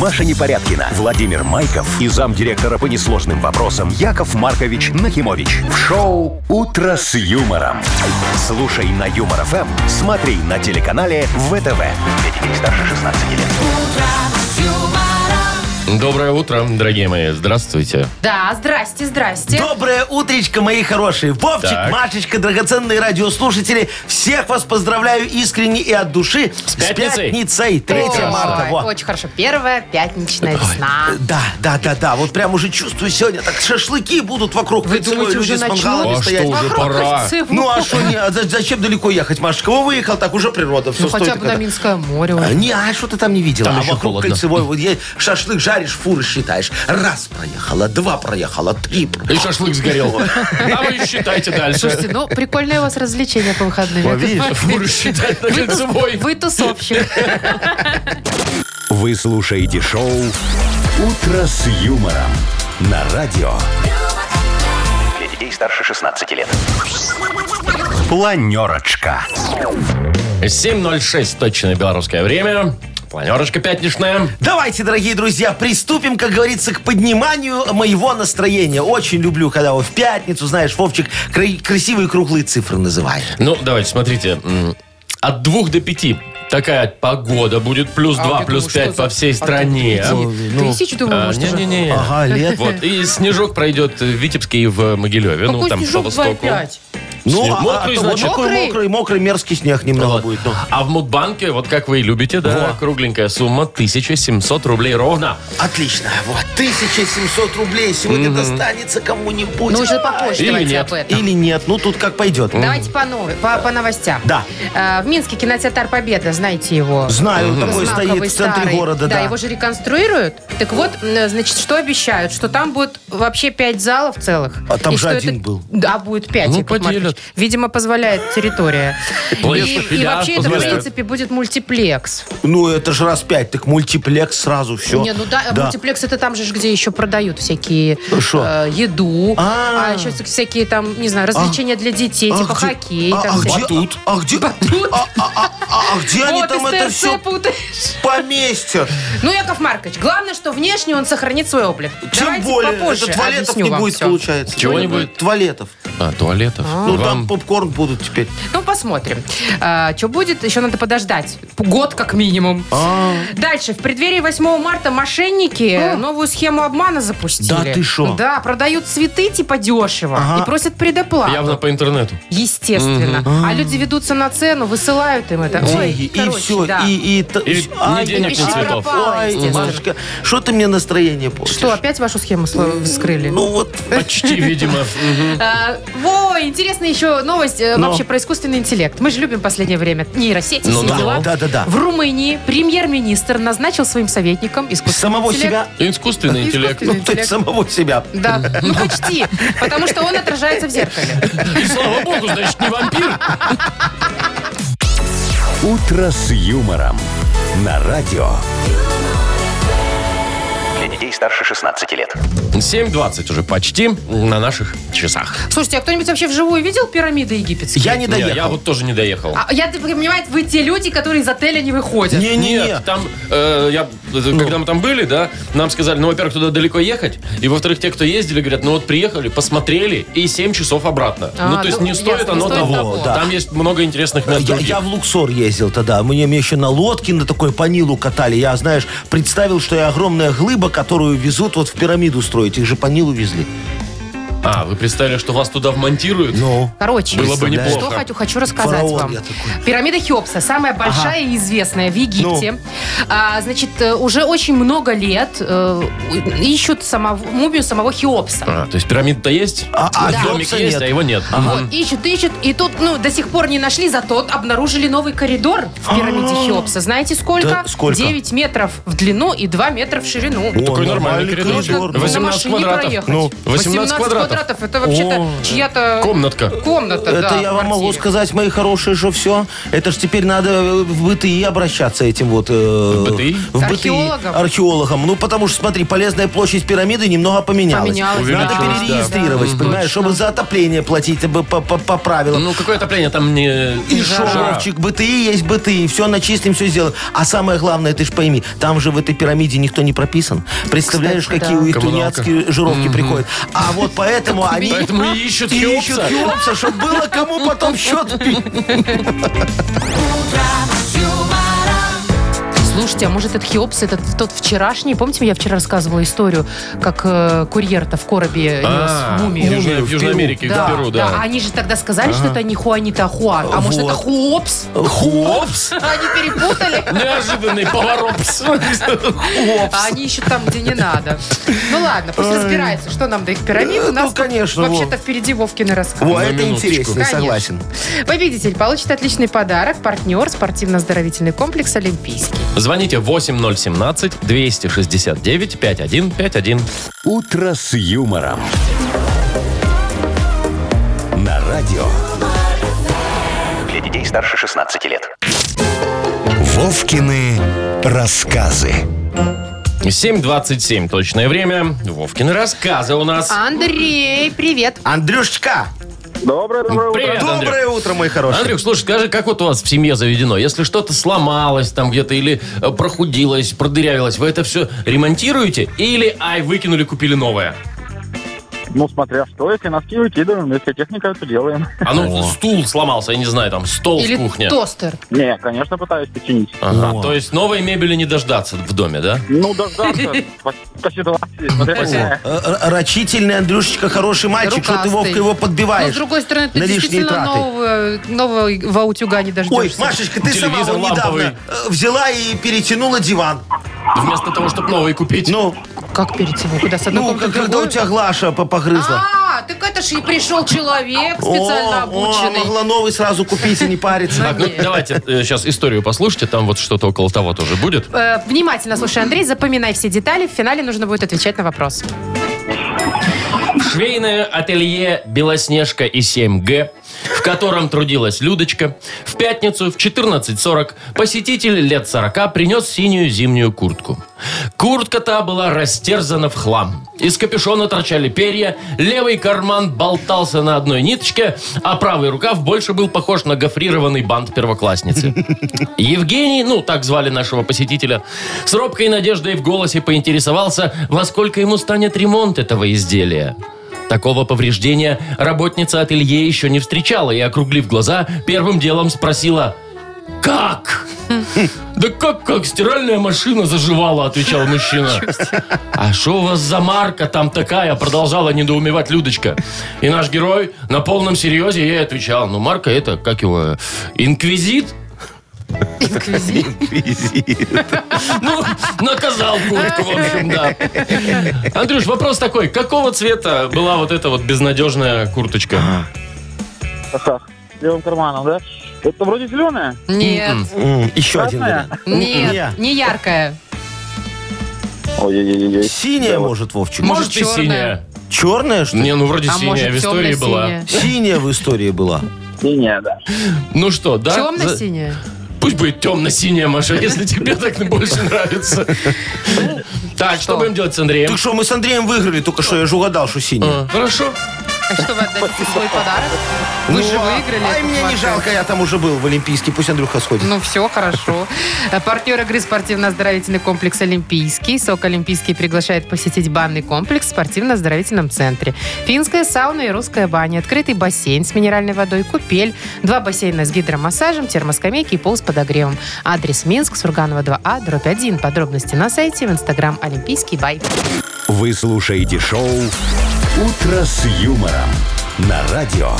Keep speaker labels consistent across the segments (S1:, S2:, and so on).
S1: Маша Непорядкина, Владимир Майков и замдиректора по несложным вопросам Яков Маркович Нахимович. В шоу «Утро с юмором». Слушай на Юмор ФМ, смотри на телеканале ВТВ. Для детей старше 16 лет.
S2: Доброе утро, дорогие мои. Здравствуйте.
S3: Да, здрасте, здрасте.
S4: Доброе утречко, мои хорошие. Вовчик,
S2: Так.
S4: Машечка, драгоценные радиослушатели. Всех вас поздравляю искренне и от души. С
S2: пятницей?
S4: 3
S3: Ой,
S4: марта. Во.
S3: Очень хорошо. Первая пятничная весна.
S4: Да, да, да, да. Вот прям уже чувствую сегодня. Так шашлыки будут вокруг.
S3: Вы
S4: кольцевой,
S3: думаете,
S4: люди
S3: уже
S4: с мангалами
S3: начнут?
S2: А
S4: стоять.
S2: что уже
S3: Вокруг
S2: пора.
S3: кольцевой.
S4: Ну а что, не- а за- зачем далеко ехать, Машечка? Во, выехал, так уже природа. Все
S3: Ну, хотя бы на Минское море.
S4: А,
S3: ой.
S4: Не, а что ты там не видела?
S2: Там
S4: а
S2: еще
S4: вокруг
S2: холодно.
S4: кольцевой вот е- шашлык жаришь, фуры считаешь. Раз проехала, два проехала, три
S2: И
S4: проехала.
S2: шашлык сгорел. А вы считайте дальше.
S3: Слушайте, ну, прикольное у вас развлечение по выходным. Яков Маркович.
S2: Буду считать на кольцевой.
S3: Вы тусовщик.
S1: Вы слушаете шоу «Утро с юмором» на радио. Для детей старше 16 лет. Планерочка.
S2: 7.06, точное белорусское время. Планерочка пятничная.
S4: Давайте, дорогие друзья, приступим, как говорится, к подниманию моего настроения. Очень люблю, когда вот в пятницу, знаешь, Вовчик, кра- красивые круглые цифры называет.
S2: Ну, давайте, смотрите. м, От двух до пяти такая погода будет. Плюс
S3: А
S2: два,
S3: я
S2: плюс
S3: думаю, что
S2: пять
S3: за-
S2: по всей
S3: от
S2: стране.
S3: пяти
S4: Ну.
S3: Тысяч, думаю,
S2: А,
S3: может, уже.
S2: Не-не-не.
S4: Ага, лет.
S2: Вот, и снежок пройдет в Витебске и в Могилеве. Ну,
S3: Какой
S2: там по
S3: снежок
S2: востоку.
S3: 2,5?
S4: Ну,
S3: Ну,
S2: Снег
S3: а
S2: мокрый,
S4: то
S2: значит?
S4: а, вот такой
S3: Мокрый?
S4: мокрый, мокрый, мерзкий снег немного
S2: Вот.
S4: будет. ну.
S2: А в Мудбанке, вот как вы и любите, да, кругленькая сумма 1700 рублей ровно.
S4: Отлично. Вот 1700 рублей сегодня достанется кому-нибудь.
S3: Ну, уже
S4: Ай.
S3: попозже
S2: Или
S3: давайте
S2: нет.
S3: об этом.
S4: Или нет. Ну, тут как пойдет.
S3: Давайте по, новой- по, по новостям.
S4: Да.
S3: Э, в Минске кинотеатр Победа, знаете его?
S4: Знаю, такой стоит
S3: Знаковый,
S4: в центре
S3: старый.
S4: города. Да,
S3: его же реконструируют. Так вот, м, значит, что обещают? Что там будет вообще пять залов целых.
S4: А там
S3: И
S4: же
S3: что
S4: один был.
S3: Да, будет пять.
S2: Ну,
S3: Яков Маркович.
S2: поделят.
S3: Видимо, позволяет территория. И,
S2: Поезд,
S3: и
S2: да,
S3: вообще это, в
S2: позволяет.
S3: принципе, будет мультиплекс.
S4: Ну, это же раз пять. Так мультиплекс сразу все.
S3: Не, ну да, а мультиплекс это там же, ж, где еще продают всякие
S4: Ну, шо?
S3: э, еду,
S4: А.
S3: а еще всякие там, не знаю, развлечения для детей,
S4: А
S3: типа
S4: где-
S3: хоккей.
S4: а-
S3: там
S4: а
S3: всякие.
S4: где- А где... А- а- а- а- а где они
S3: Вот,
S4: там
S3: из
S4: это
S3: ТРЦ
S4: все
S3: путаешь.
S4: поместят?
S3: Ну, Яков Маркович, главное, что внешне он сохранит свой облик.
S4: Тем
S3: Давайте
S4: более,
S3: попозже
S4: это туалетов
S3: объясню
S4: не
S3: вам
S4: будет,
S3: всё.
S4: получается.
S2: Чего не будет?
S4: Туалетов.
S2: А, туалетов.
S4: Ну,
S2: Вам-
S4: там попкорн будут теперь.
S3: Ну, посмотрим. что будет, еще надо подождать. Год как минимум.
S4: А.
S3: Дальше. В преддверии 8 марта мошенники новую схему обмана запустили.
S4: Да ты шо?
S3: Да, продают цветы типа дешево
S4: Ага.
S3: и просят предоплату.
S2: Явно по интернету.
S3: Естественно. А люди ведутся на цену, высылают им это. Ой,
S4: Деньги, и
S3: короче,
S4: все.
S3: да.
S4: И, и, та-
S2: И
S4: Ай,
S2: ни денег, ни
S3: и пища
S2: цветов.
S3: пропала,
S4: Ой,
S3: естественно.
S4: Машечка, что ты мне настроение портишь?
S3: Что, опять вашу схему свою вскрыли?
S4: Ну вот,
S2: Почти, видимо. Мгм.
S3: А, Во, интересная еще новость э,
S4: Но.
S3: вообще про искусственный интеллект. Мы же любим в последнее время нейросети,
S2: Ну,
S3: все
S2: да.
S3: дела.
S4: Да, да, да.
S3: В Румынии премьер-министр назначил своим советником искусственный
S4: самого
S3: интеллект.
S4: себя.
S2: Искусственный интеллект.
S4: Ну, то есть
S3: интеллект.
S4: самого себя.
S3: Да, ну почти, потому что он отражается в зеркале.
S2: И слава богу, значит, не вампир.
S1: «Утро с юмором» на радио. Для детей старше 16 лет.
S2: 7.20 уже почти на наших часах.
S3: Слушайте, а кто-нибудь вообще вживую видел пирамиды египетские?
S4: Я не
S2: Не,
S4: доехал.
S2: я вот тоже не доехал.
S3: А, я, ты понимаете, вы те люди, которые из отеля не выходят.
S2: Нет, там, э, я, э,
S4: Ну.
S2: когда мы там были, да, нам сказали, ну, во-первых, туда далеко ехать, и, во-вторых, те, кто ездили, говорят, ну, вот приехали, посмотрели, и 7 часов обратно.
S3: А,
S2: ну, то есть
S3: ну,
S2: не стоит
S3: ясно,
S2: оно
S3: не стоит
S2: того.
S3: того.
S4: Да.
S2: Там есть много интересных мест
S4: Э, Я,
S2: других.
S4: я в Луксор ездил тогда. Мне, мне еще на лодке на такой по Нилу катали. Я, знаешь, представил, что я огромная глыба, которую везут вот в пирамиду строить. Их же по Нилу везли.
S2: А, вы представили, что вас туда вмонтируют?
S4: Ну.
S3: Короче,
S2: Было бы
S3: что
S2: неплохо.
S3: хочу, хочу рассказать
S4: Фараон
S3: вам.
S4: я такой. Ну.
S3: Пирамида Хеопса, самая большая и известная в Египте. А, значит, э, уже очень много лет э, ищут самого, мумию самого Хеопса.
S2: А, то есть пирамида-то есть,
S4: А- а
S2: домик
S4: Джобса
S2: есть,
S4: нет. Ну,
S2: а его нет.
S3: Вот, ищут, ищут, и тут, ну, до сих пор не нашли, зато обнаружили новый коридор в пирамиде Хеопса. Знаете, сколько?
S4: Да, сколько?
S3: 9 метров в длину и 2 метра в ширину.
S4: О,
S2: Такой нормальный коридорчик.
S3: Можно на
S2: 18
S3: машине
S2: квадратов.
S3: проехать.
S2: Ну, 18 квадратов.
S3: квадратов это вообще-то
S4: О.
S3: чья-то...
S2: Комнатка.
S3: Комната, да,
S4: Это я
S3: в
S4: вам могу
S3: квартире.
S4: сказать, мои хорошие, что все. Это ж теперь надо э, в БТИ обращаться этим вот... э, В
S2: БТИ?
S4: БТИ.
S3: Археологам?
S4: Археологам. Ну, потому что, смотри, полезная площадь пирамиды немного поменялась.
S3: Поменялась,
S4: Надо
S2: да.
S4: перерегистрировать,
S3: Да,
S4: понимаешь,
S3: точно.
S4: чтобы за отопление платить э, по, по- по правилам.
S2: Ну, какое отопление там не...
S4: И
S2: Жара.
S4: шовчик, БТИ есть БТИ, все начислим, все сделаем. А самое главное, ты ж пойми, там же в этой пирамиде никто не прописан. Представляешь,
S3: Кстати,
S4: какие
S3: да.
S4: у них
S2: Коммуналка.
S4: тунеядские жировки приходят. А вот поэтому они...
S2: Поэтому и ищут
S4: и ищут
S2: Хеопса.
S4: Хеопса, чтобы было кому потом счет впи-
S3: Слушайте, а может этот Хеопс, этот тот вчерашний, помните, я вчера рассказывала историю, как э, курьер-то в коробе
S2: А,
S3: нес
S2: в
S3: мумию?
S2: Южной, в Южной Америке, в Перу, да.
S3: А Они же тогда сказали, что это не Хуанита, а Хуан. А может,
S4: Вот.
S3: это Хуопс?
S2: Хопс!
S3: Они перепутали.
S2: Неожиданный поворот.
S3: А они ищут там, где не надо. Ну ладно, пусть разбирается, что нам до их пирамид. У
S4: Ну,
S3: нас тут
S4: конечно,
S3: Вообще-то впереди Вовкины рассказ.
S4: Во, это
S2: минуточку.
S4: интереснее,
S3: Конечно.
S4: согласен.
S3: Победитель получит отличный подарок. Партнер спортивно-оздоровительный комплекс «Олимпийский».
S2: Звоните 8017-269-5151.
S1: «Утро с юмором». На радио.
S5: Для детей старше 16 лет.
S1: Вовкины рассказы.
S2: 7.27 точное время. Вовкины рассказы у нас.
S3: А, Андрей, привет.
S4: Андрюшечка,
S6: Доброе, доброе утро.
S2: Привет, Андрюх.
S4: доброе утро, мой хороший.
S2: Андрюх, слушай, скажи, как вот у вас в семье заведено? Если что-то сломалось там где-то или э, прохудилось, продырявилось, вы это все ремонтируете или, ай, выкинули, купили новое?
S6: Ну, смотря что, если носки выкидываем, если техника, то делаем.
S2: А ну, стул сломался, я не знаю, там, стол
S3: Или
S2: в кухне.
S3: тостер.
S6: Не, конечно, пытаюсь починить.
S2: Ага, то есть новой мебели не дождаться в доме, да?
S6: Ну, дождаться по, по ситуации, смотря какая.
S4: Э, р- Рачительный Андрюшечка, хороший мальчик, что ты,
S3: Рукастый.
S4: Вовка, его
S3: Но,
S4: подбиваешь.
S3: с другой стороны, ты
S4: на лишние
S3: действительно
S4: траты.
S3: нового, нового утюга не дождешься.
S4: Ой, Машечка, ты сама
S2: Телевизор
S4: вот недавно
S2: ламповый.
S4: э, взяла и перетянула диван.
S2: Вместо того, чтобы новый купить.
S4: Ну,
S3: Как перетянул? Куда? С одной
S4: ну
S3: комнаты
S4: как-
S3: в
S4: когда у
S3: другую?
S4: тебя Глаша по- погрызла.
S3: А, так это же и пришел человек специально
S4: О, о, а
S3: обученный.
S4: могла новый сразу купить и не париться.
S2: Так, ну, давайте сейчас историю послушайте, там вот что-то около того тоже будет.
S3: Э, Внимательно слушай, Андрей, запоминай все детали. В финале нужно будет отвечать на вопрос.
S4: М-м.
S2: Швейное ателье «Белоснежка» и 7Г, в котором трудилась Людочка, в пятницу в 14.40 посетитель лет 40 принес синюю зимнюю куртку. Куртка та была растерзана в хлам. Из капюшона торчали перья, левый карман болтался на одной ниточке, а правый рукав больше был похож на гофрированный бант первоклассницы. Евгений, ну, так звали нашего посетителя, с робкой надеждой в голосе поинтересовался, во сколько ему станет ремонт этого изделия. Такого повреждения работница ателье еще не встречала и, округлив глаза, первым делом спросила «Как?» «Да как, как? Стиральная машина заживала», — отвечал мужчина. «А что у вас за марка там такая?» — продолжала недоумевать Людочка. И наш герой на полном серьезе ей отвечал. «Ну, марка это, как его, инквизит?»
S3: Инквизит.
S2: Ну, наказал куртку, в общем, да. Андрюш, вопрос такой. Какого цвета была вот эта вот безнадежная курточка?
S4: А,
S6: Ах, левым карманом, да? Это вроде зеленая.
S3: Нет,
S4: М, Еще один
S6: Красная?
S4: вариант.
S3: нет, не яркая.
S6: Ой-ой-ой.
S4: Синяя, может, Вовчик?
S2: Может, и
S3: черная.
S2: синяя?
S4: Черная, что ли?
S2: Не, ну вроде
S3: А
S2: синяя,
S3: может,
S2: в истории была.
S3: темно-синяя.
S4: Синяя в истории была.
S6: Синяя, да.
S2: Ну что, да? За-
S3: Темно-синяя?
S2: Пусть будет темно-синяя, Маша, если тебе так больше нравится. Так, Ну, что
S3: что?
S2: будем делать с Андреем?
S4: Так что, мы с Андреем выиграли, только что я же угадал, что синяя.
S2: А, Хорошо.
S3: А что вы отдадите свой подарок? Вы
S4: Ну,
S3: же
S4: а-
S3: выиграли.
S4: Ай,
S3: Яков
S4: мне не
S3: Маркович.
S4: жалко, я там уже был в Олимпийский. Пусть Андрюха сходит.
S3: Ну все, хорошо. А Партнер игры спортивно-оздоровительный комплекс «Олимпийский». СОК «Олимпийский» приглашает посетить банный комплекс в спортивно-оздоровительном центре. Финская сауна и русская баня, открытый бассейн с минеральной водой, купель, два бассейна с гидромассажем, термоскамейки и пол с подогревом. Адрес Минск, Сурганова 2А, дробь 1. Подробности на сайте в Инстаграм «Олимпийский бай».
S1: Вы слушаете шоу «Утро с юмором» на радио.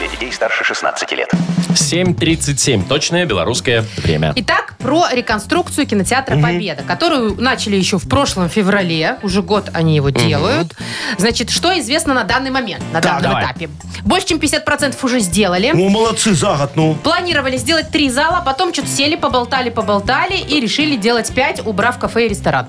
S5: Для детей старше 16 лет.
S2: 7.37. Точное белорусское время.
S3: Итак, про реконструкцию кинотеатра Победа, которую начали еще в прошлом феврале. Уже год они его делают. Значит, что известно на данный момент, на
S4: Так,
S3: данном
S2: давай.
S3: этапе? Больше чем 50% уже сделали.
S4: Ну, молодцы, за год, ну.
S3: Планировали сделать три зала, потом что-то сели, поболтали, поболтали и решили делать пять, убрав кафе и ресторан.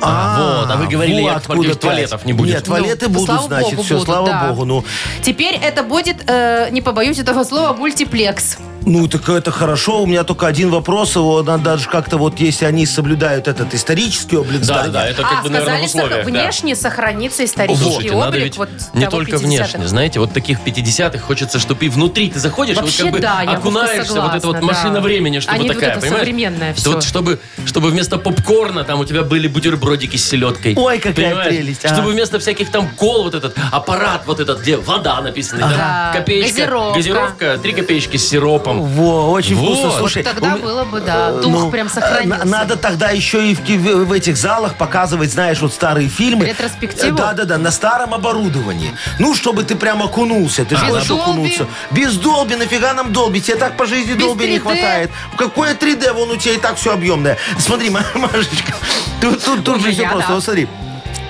S2: А, вот, а вы говорили,
S4: вот
S2: Яков Маркович,
S4: откуда
S2: туалетов
S4: пять.
S2: не будет.
S4: Нет, туалеты
S3: Ну,
S4: будут,
S3: слава
S4: значит,
S3: богу,
S4: все,
S3: будут,
S4: слава
S3: да.
S4: богу. Ну,
S7: Теперь это будет, э, не побоюсь этого слова, мультиплекс.
S4: ну, так это хорошо. У меня только один вопрос. Его надо даже как-то вот, если они соблюдают этот исторический облик
S2: Да, да,
S4: здания.
S2: да, это как
S7: а,
S2: бы, наверное,
S7: сказали,
S2: в
S7: что
S2: условиях. да.
S7: внешне сохранится исторический
S2: Слушайте,
S7: облик.
S2: надо ведь
S7: вот
S2: не
S7: того
S2: только
S7: 50-х.
S2: внешне, знаете, вот таких 50-х хочется, чтобы и внутри ты заходишь,
S3: Вообще
S2: вот как бы
S3: да, я
S2: окунаешься,
S3: согласна,
S2: вот эта вот
S3: да.
S2: машина времени, чтобы
S3: Они вот
S2: такая,
S3: это
S2: понимаешь?
S3: современное
S2: Вот
S3: всё.
S2: чтобы, чтобы вместо попкорна там у тебя были бутербродики с селедкой.
S4: Ой, какая
S2: понимаешь?
S4: прелесть, а.
S2: Чтобы вместо всяких там кол вот этот, аппарат вот этот, где вода написана, там
S3: Да,
S2: копеечка,
S7: газировка.
S2: газировка, три копеечки с сиропом.
S4: Во, очень
S2: Вот.
S4: вкусно.
S2: Вот
S4: Слушай,
S3: Тогда
S4: у-
S3: было бы, да,
S4: э,
S3: дух
S4: ну,
S3: прям
S4: э,
S3: сохранился.
S4: на- Надо тогда еще и в, ки- в- в этих залах показывать, знаешь, вот старые фильмы. Э,
S3: Ретроспективу?
S4: Да-да-да, на старом оборудовании. Ну, чтобы ты прям окунулся. Ты же
S3: Без
S4: надо
S3: долби?
S4: окунуться. Без долби, нафига нам долбить? Тебе так по жизни
S3: Без
S4: долби не
S3: 3D?
S4: хватает. Какое 3D? Вон у тебя и так все объемное. Смотри, Ма- Машечка, тут, тут, тут
S3: У
S4: же все
S3: меня,
S4: просто.
S3: да.
S4: Вот смотри.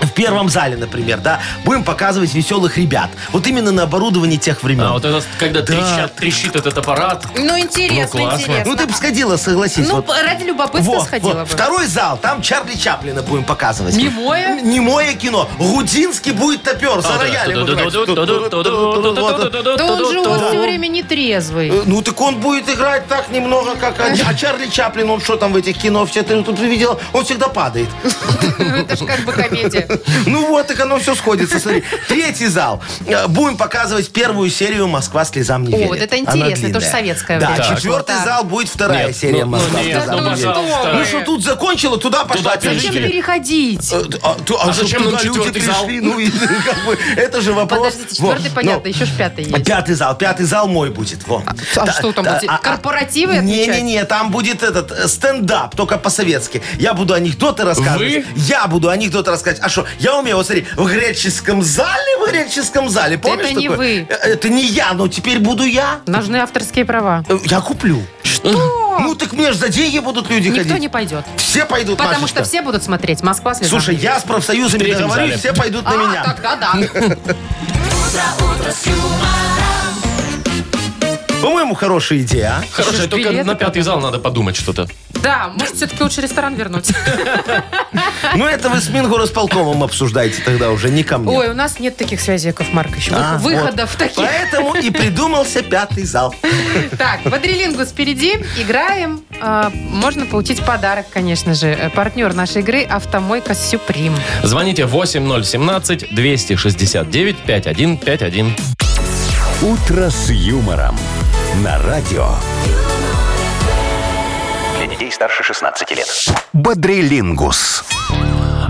S4: В первом зале, например, да, будем показывать веселых ребят. Вот именно на оборудовании тех времен.
S2: А вот это, когда
S4: Да.
S2: трещат, трещит этот аппарат.
S7: Ну, интересно,
S2: Ну, классно.
S7: интересно.
S4: ну, ты бы сходила, согласись.
S7: Ну,
S4: вот.
S7: ради любопытства
S4: Во,
S7: сходила
S4: во.
S7: бы.
S4: Второй зал, там Чарли Чаплина будем показывать.
S3: Немое?
S4: Немое кино. Гудинский будет топер за роялем играть. Вот.
S3: Да он же у вас все время нетрезвый.
S4: Э, Ну так он будет играть так немного, как они. А Чарли Чаплин, он что там в этих кино, все ты тут видела, он всегда падает.
S3: Это же как бы комедия.
S4: Ну вот, так оно все сходится. Смотри, третий зал. Э, Будем показывать первую серию «Москва слезам не
S3: О,
S4: верит».
S3: вот это
S4: Она
S3: интересно, тоже
S4: длинная.
S3: советское
S4: Да,
S3: время.
S4: четвертый
S3: Так.
S4: зал будет вторая
S2: Нет,
S4: серия
S2: ну,
S4: «Москва
S2: ну, нет,
S4: слезам
S2: ну,
S4: не верит».
S2: пожалуйста.
S4: Ну что, тут закончила, туда пошла.
S2: перешли.
S4: перейди.
S3: Зачем переходить?
S4: Э, А, ту- а
S2: зачем
S4: туда
S2: нам
S4: люди
S2: четвертый
S4: пришли?
S2: зал?
S4: Ну, и, как бы, это же вопрос.
S3: Подождите, четвертый,
S4: Во,
S3: понятно,
S4: ну,
S3: еще ж пятый есть.
S4: Пятый зал, пятый зал мой будет. Во.
S3: а что там будет? Корпоративы отмечать?
S4: Не-не-не, там будет этот э, стендап, только по-советски. Я буду анекдоты рассказывать.
S2: Вы?
S4: Я буду анекдоты рассказывать. А что, я умею, вот смотри, в греческом зале, в греческом зале, помнишь
S3: Это не
S4: такое?
S3: вы.
S4: Э, Это не я, но теперь буду я.
S3: Нужны авторские права.
S4: Э, Я куплю. Что? Ну так мне же за деньги будут люди
S3: Никто
S4: ходить.
S3: не пойдет.
S4: Все пойдут,
S3: Потому что
S4: Машечка.
S3: все будут смотреть «Москва слезам».
S4: Слушай,
S3: не
S4: я с профсоюзами
S2: третьем зале.
S4: договорюсь, все пойдут на
S3: верит».
S4: меня.
S3: А, тогда да.
S4: По-моему, хорошая идея, а?
S2: Хорошая,
S3: Слушай,
S2: только
S3: билеты
S2: на пятый зал надо подумать что-то.
S3: Да, может, все-таки лучше ресторан вернуть.
S4: Ну, это вы с Мингоросполкомом обсуждаете тогда уже, не ко мне.
S3: Ой, у нас нет таких связей, Яков Маркович. Вы-
S4: А,
S3: Выходов
S4: вот.
S3: таких.
S4: Поэтому и придумался пятый зал.
S3: Так, Бодрилингус впереди. Играем. А, Можно получить подарок, конечно же. Э, Партнер нашей игры «Автомойка Сюприм».
S2: Звоните 8017-269-5151.
S1: «Утро с юмором» на радио.
S5: Для детей старше 16 лет.
S1: Бодрилингус.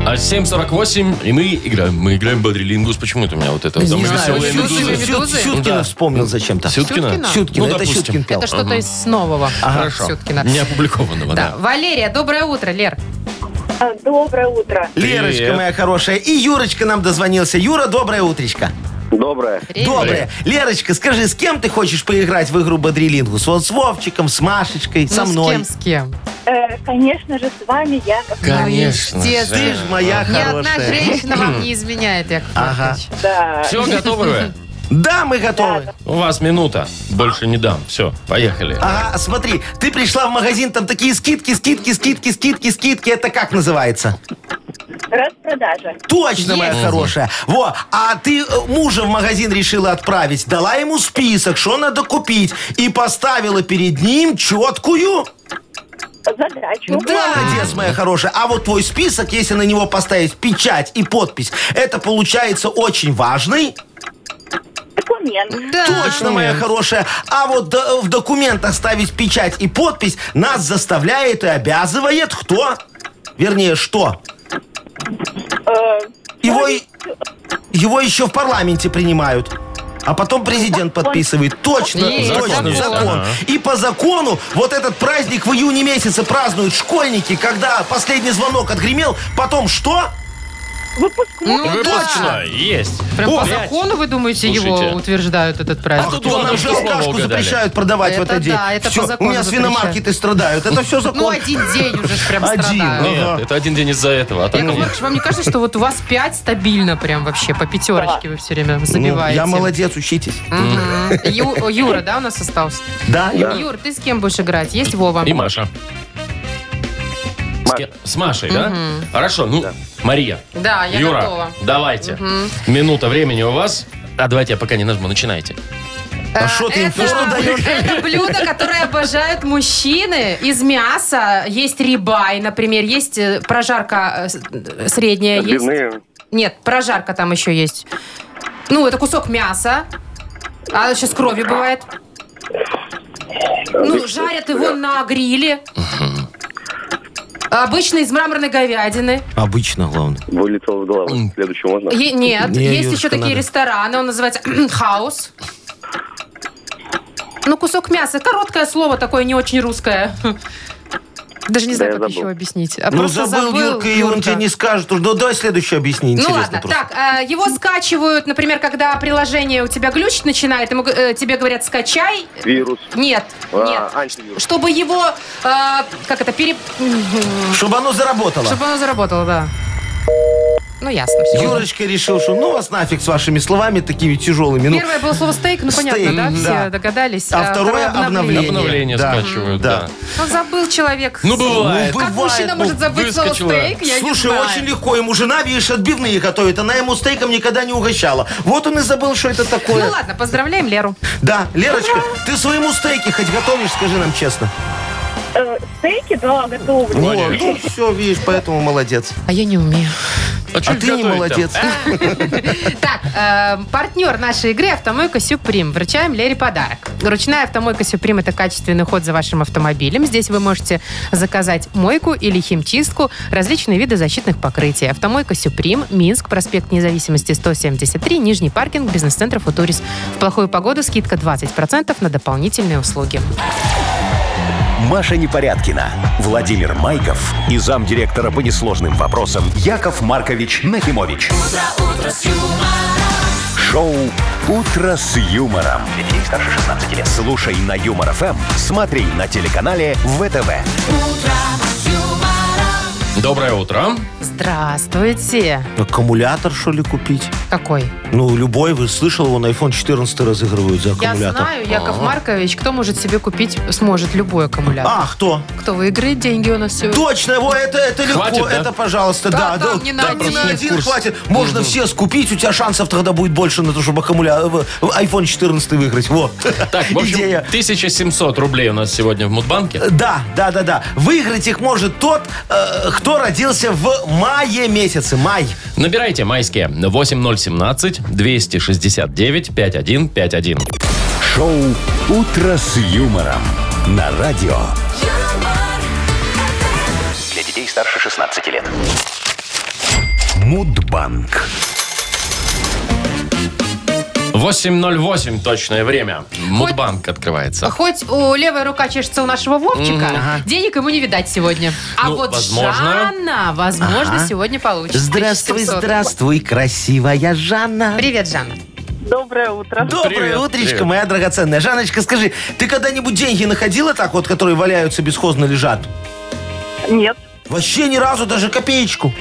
S2: А 7.48, и мы играем. Мы играем в Бодрилингус. Почему это у меня вот это? Там веселые
S3: Сю-
S2: медузы.
S3: Сю- Медузы?
S4: Сюткина вспомнил зачем-то.
S2: Сюткина?
S3: Сюткина?
S2: Ну,
S4: Сюткина, это
S2: допустим.
S4: Сюткин пел.
S3: Это что-то из нового.
S2: Хорошо.
S3: Сюткина.
S2: Не опубликованного,
S3: Да.
S2: да.
S3: Валерия, доброе утро, Лер.
S8: Доброе утро.
S4: Лерочка
S2: Привет.
S4: моя хорошая. И Юрочка нам дозвонился. Юра, доброе утречко.
S6: Доброе.
S4: Доброе. Лерочка, скажи, с кем ты хочешь поиграть в игру Бодрилингус? Вот с Вовчиком, с Машечкой, со
S3: Ну,
S4: мной.
S3: С кем, с кем?
S8: Э, конечно же, с вами Яков.
S2: Конечно.
S3: естественно.
S4: Ты ж моя
S3: Ни одна
S4: хорошая.
S3: женщина вам не изменяет, Яков Маркович.
S8: Да.
S2: Все, готовы вы?
S4: Да, мы готовы.
S2: У вас минута. Больше не дам. Все, поехали.
S4: Ага, смотри, ты пришла в магазин, там такие скидки, скидки, скидки, скидки, скидки. Это как называется?
S8: Распродажа.
S4: Точно, моя хорошая. Во, а ты э, мужа в магазин решила отправить, дала ему список, что надо купить, и поставила перед ним четкую...
S8: Задачу.
S4: Молодец, моя хорошая. А вот твой список, если на него поставить печать и подпись, это получается очень важный.
S8: э, Документ.
S3: Да.
S4: Точно, моя хорошая. А вот до- в документах ставить печать и подпись нас заставляет и обязывает кто? Вернее, что?
S8: Э,
S4: Его, и- его еще в парламенте принимают. А потом президент подписывает. Точно,
S3: Есть,
S4: точно,
S2: закон есть,
S4: закон.
S2: ага.
S4: И по закону вот этот праздник в июне месяце празднуют школьники, когда последний звонок отгремел, потом что?
S8: Выпускной.
S3: Ну да.
S2: Точно, есть.
S3: Прям по
S2: Пять.
S3: закону, вы думаете,
S2: Слушайте.
S3: его утверждают этот праздник?
S2: А тут
S4: То
S2: ладно,
S4: нам
S2: что
S4: же
S2: слово
S4: алкашку
S2: угадали.
S4: запрещают продавать в
S3: Это
S4: этот день.
S3: да, это по
S4: Всё,
S3: закону
S4: у меня
S3: запрещают.
S4: свиномаркеты страдают. Это все закон.
S3: Ну, один день уже ж прям
S4: Один. ну,
S3: страдаю.
S2: Нет,
S4: Ага.
S2: это один день из-за этого. А так
S3: Яков
S2: нет.
S3: Маркович, вам не кажется, что вот у вас пять стабильно прям вообще, по пятерочке вы все время
S4: Ну,
S3: забиваете?
S4: я молодец, учитесь.
S3: Мгм. Ю- Юра, да, у нас остался?
S4: Да?
S3: Юр, ты с кем будешь играть? Есть Вова?
S2: И Маша.
S4: С
S2: кем? С Машей, да? Хорошо, ну, Мария.
S3: Да, я
S2: Юра,
S3: готова.
S2: давайте. Минута времени у вас. А давайте я пока не нажму, начинайте.
S4: А что ты им
S7: Э, это,
S4: фору даешь?
S7: это блюдо, которое обожают мужчины. Из мяса есть рибай, например, есть э, прожарка э, с- э, средняя. Есть.
S9: Отбивные.
S7: Нет, прожарка там еще есть. Ну, это кусок мяса. А еще с кровью бывает. Ну, жарят его на гриле. Обычно из мраморной говядины.
S4: Обычно, главное.
S9: Вылетел из головы. Следующий можно?
S7: Е- нет,
S4: Не,
S7: есть
S4: Юрочка,
S7: еще такие
S4: надо.
S7: рестораны, он называется «Хаус». Ну, кусок мяса. Короткое слово такое, не очень русское.
S3: Даже не
S9: Да,
S3: знаю,
S9: я
S3: как
S9: забыл.
S3: еще объяснить. А
S4: Ну,
S3: просто
S4: забыл, Юрка, и он
S3: Юрка.
S4: тебе не скажет. Ну, давай следующее объясни,
S7: Ну
S4: интересно
S7: ладно,
S4: просто.
S7: так, э, его скачивают, например, когда приложение у тебя глючить начинает, ему, г- э, тебе говорят «скачай».
S9: Вирус.
S7: Нет,
S9: А,
S7: нет.
S9: антивирус.
S7: Чтобы его, э, как это, пере...
S4: Чтобы оно заработало.
S3: Чтобы оно заработало, да. Ну, ясно все.
S4: Юрочка решил, что ну вас нафиг с вашими словами такими тяжелыми. Ну,
S3: Первое было слово стейк, ну понятно,
S4: Стейк,
S3: да, все
S4: да.
S3: догадались.
S4: А второе обновление.
S2: Обновление
S4: Да.
S2: скачивают, да.
S4: Да.
S3: Ну, забыл человек.
S2: Ну, бывает.
S4: Ну,
S3: А Как
S4: бывает,
S3: мужчина
S4: ну,
S3: может забыть слово
S2: выскочила.
S3: стейк, я не
S4: Слушай,
S3: знаю. Ну,
S4: очень легко. Ему жена, видишь, отбивные готовит. Она ему стейком никогда не угощала. Вот он и забыл, что это такое.
S3: Ну ладно, поздравляем Леру.
S4: Да, Лерочка, ты своему стейки хоть готовишь, скажи нам честно.
S8: Э, стейки, да, готовлю.
S4: О, ну все, видишь, поэтому молодец.
S3: А я не умею.
S2: чё
S4: а ты не
S2: готовить-то?
S4: молодец.
S3: Так, э, партнер нашей игры «Автомойка Сюприм». Вручаем Лере подарок. Ручная «Автомойка Сюприм» — это качественный ход за вашим автомобилем. Здесь вы можете заказать мойку или химчистку, различные виды защитных покрытий. «Автомойка Сюприм», Минск, проспект Независимости, 173, Нижний паркинг, бизнес-центр «Футурис». В плохую погоду скидка 20% на дополнительные услуги.
S1: Маша Непорядкина, Владимир Майков и замдиректора по несложным вопросам Яков Маркович Нахимович. Шоу Утро с юмором. Для детей старше 16 лет. Слушай на юмор ФМ, смотри на телеканале ВТВ.
S2: Доброе утро.
S3: Здравствуйте.
S4: Аккумулятор, что ли, купить?
S3: Какой?
S4: Ну, любой, вы слышал, вон iPhone 14 разыгрывают за
S3: Я
S4: аккумулятор.
S3: знаю, Яков Маркович, кто может себе купить, сможет любой аккумулятор.
S4: А, кто?
S3: Кто выиграет деньги у нас сегодня?
S4: Точно, во, это, это легко,
S2: Хватит, да?
S4: это, пожалуйста,
S3: Да,
S4: да.
S3: там не на
S4: там
S3: один.
S4: не
S3: Просто
S4: на
S3: не в
S4: один
S2: курсе.
S4: хватит. Можно все скупить, у тебя шансов тогда будет больше на то, чтобы аккумулятор, iPhone 14 выиграть. Вот.
S2: Так, в общем,
S4: Идея.
S2: 1700 рублей у нас сегодня в Мудбанке.
S4: Да, да, да, да. Выиграть их может тот, э, кто родился в мае месяце. Май.
S2: Набирайте майские 8017-269-5151.
S1: Шоу Утро с юмором на радио.
S5: Для детей старше 16 лет.
S1: Мудбанк.
S2: 8.08 точное время. Мудбанк открывается.
S3: Хоть у левая рука чешется у нашего Вовчика, денег ему не видать сегодня. А
S2: Ну,
S3: вот
S2: возможно.
S3: Жанна, возможно,
S4: Ага.
S3: сегодня получит.
S4: Здравствуй,
S3: 1700.
S4: здравствуй, красивая Жанна.
S3: Привет, Жанна.
S8: Доброе утро.
S4: Доброе
S2: Привет,
S4: утречко,
S2: привет.
S4: моя драгоценная. Жанночка, скажи, ты когда-нибудь деньги находила так вот, которые валяются, бесхозно лежат?
S8: Нет.
S4: Вообще ни разу даже копеечку.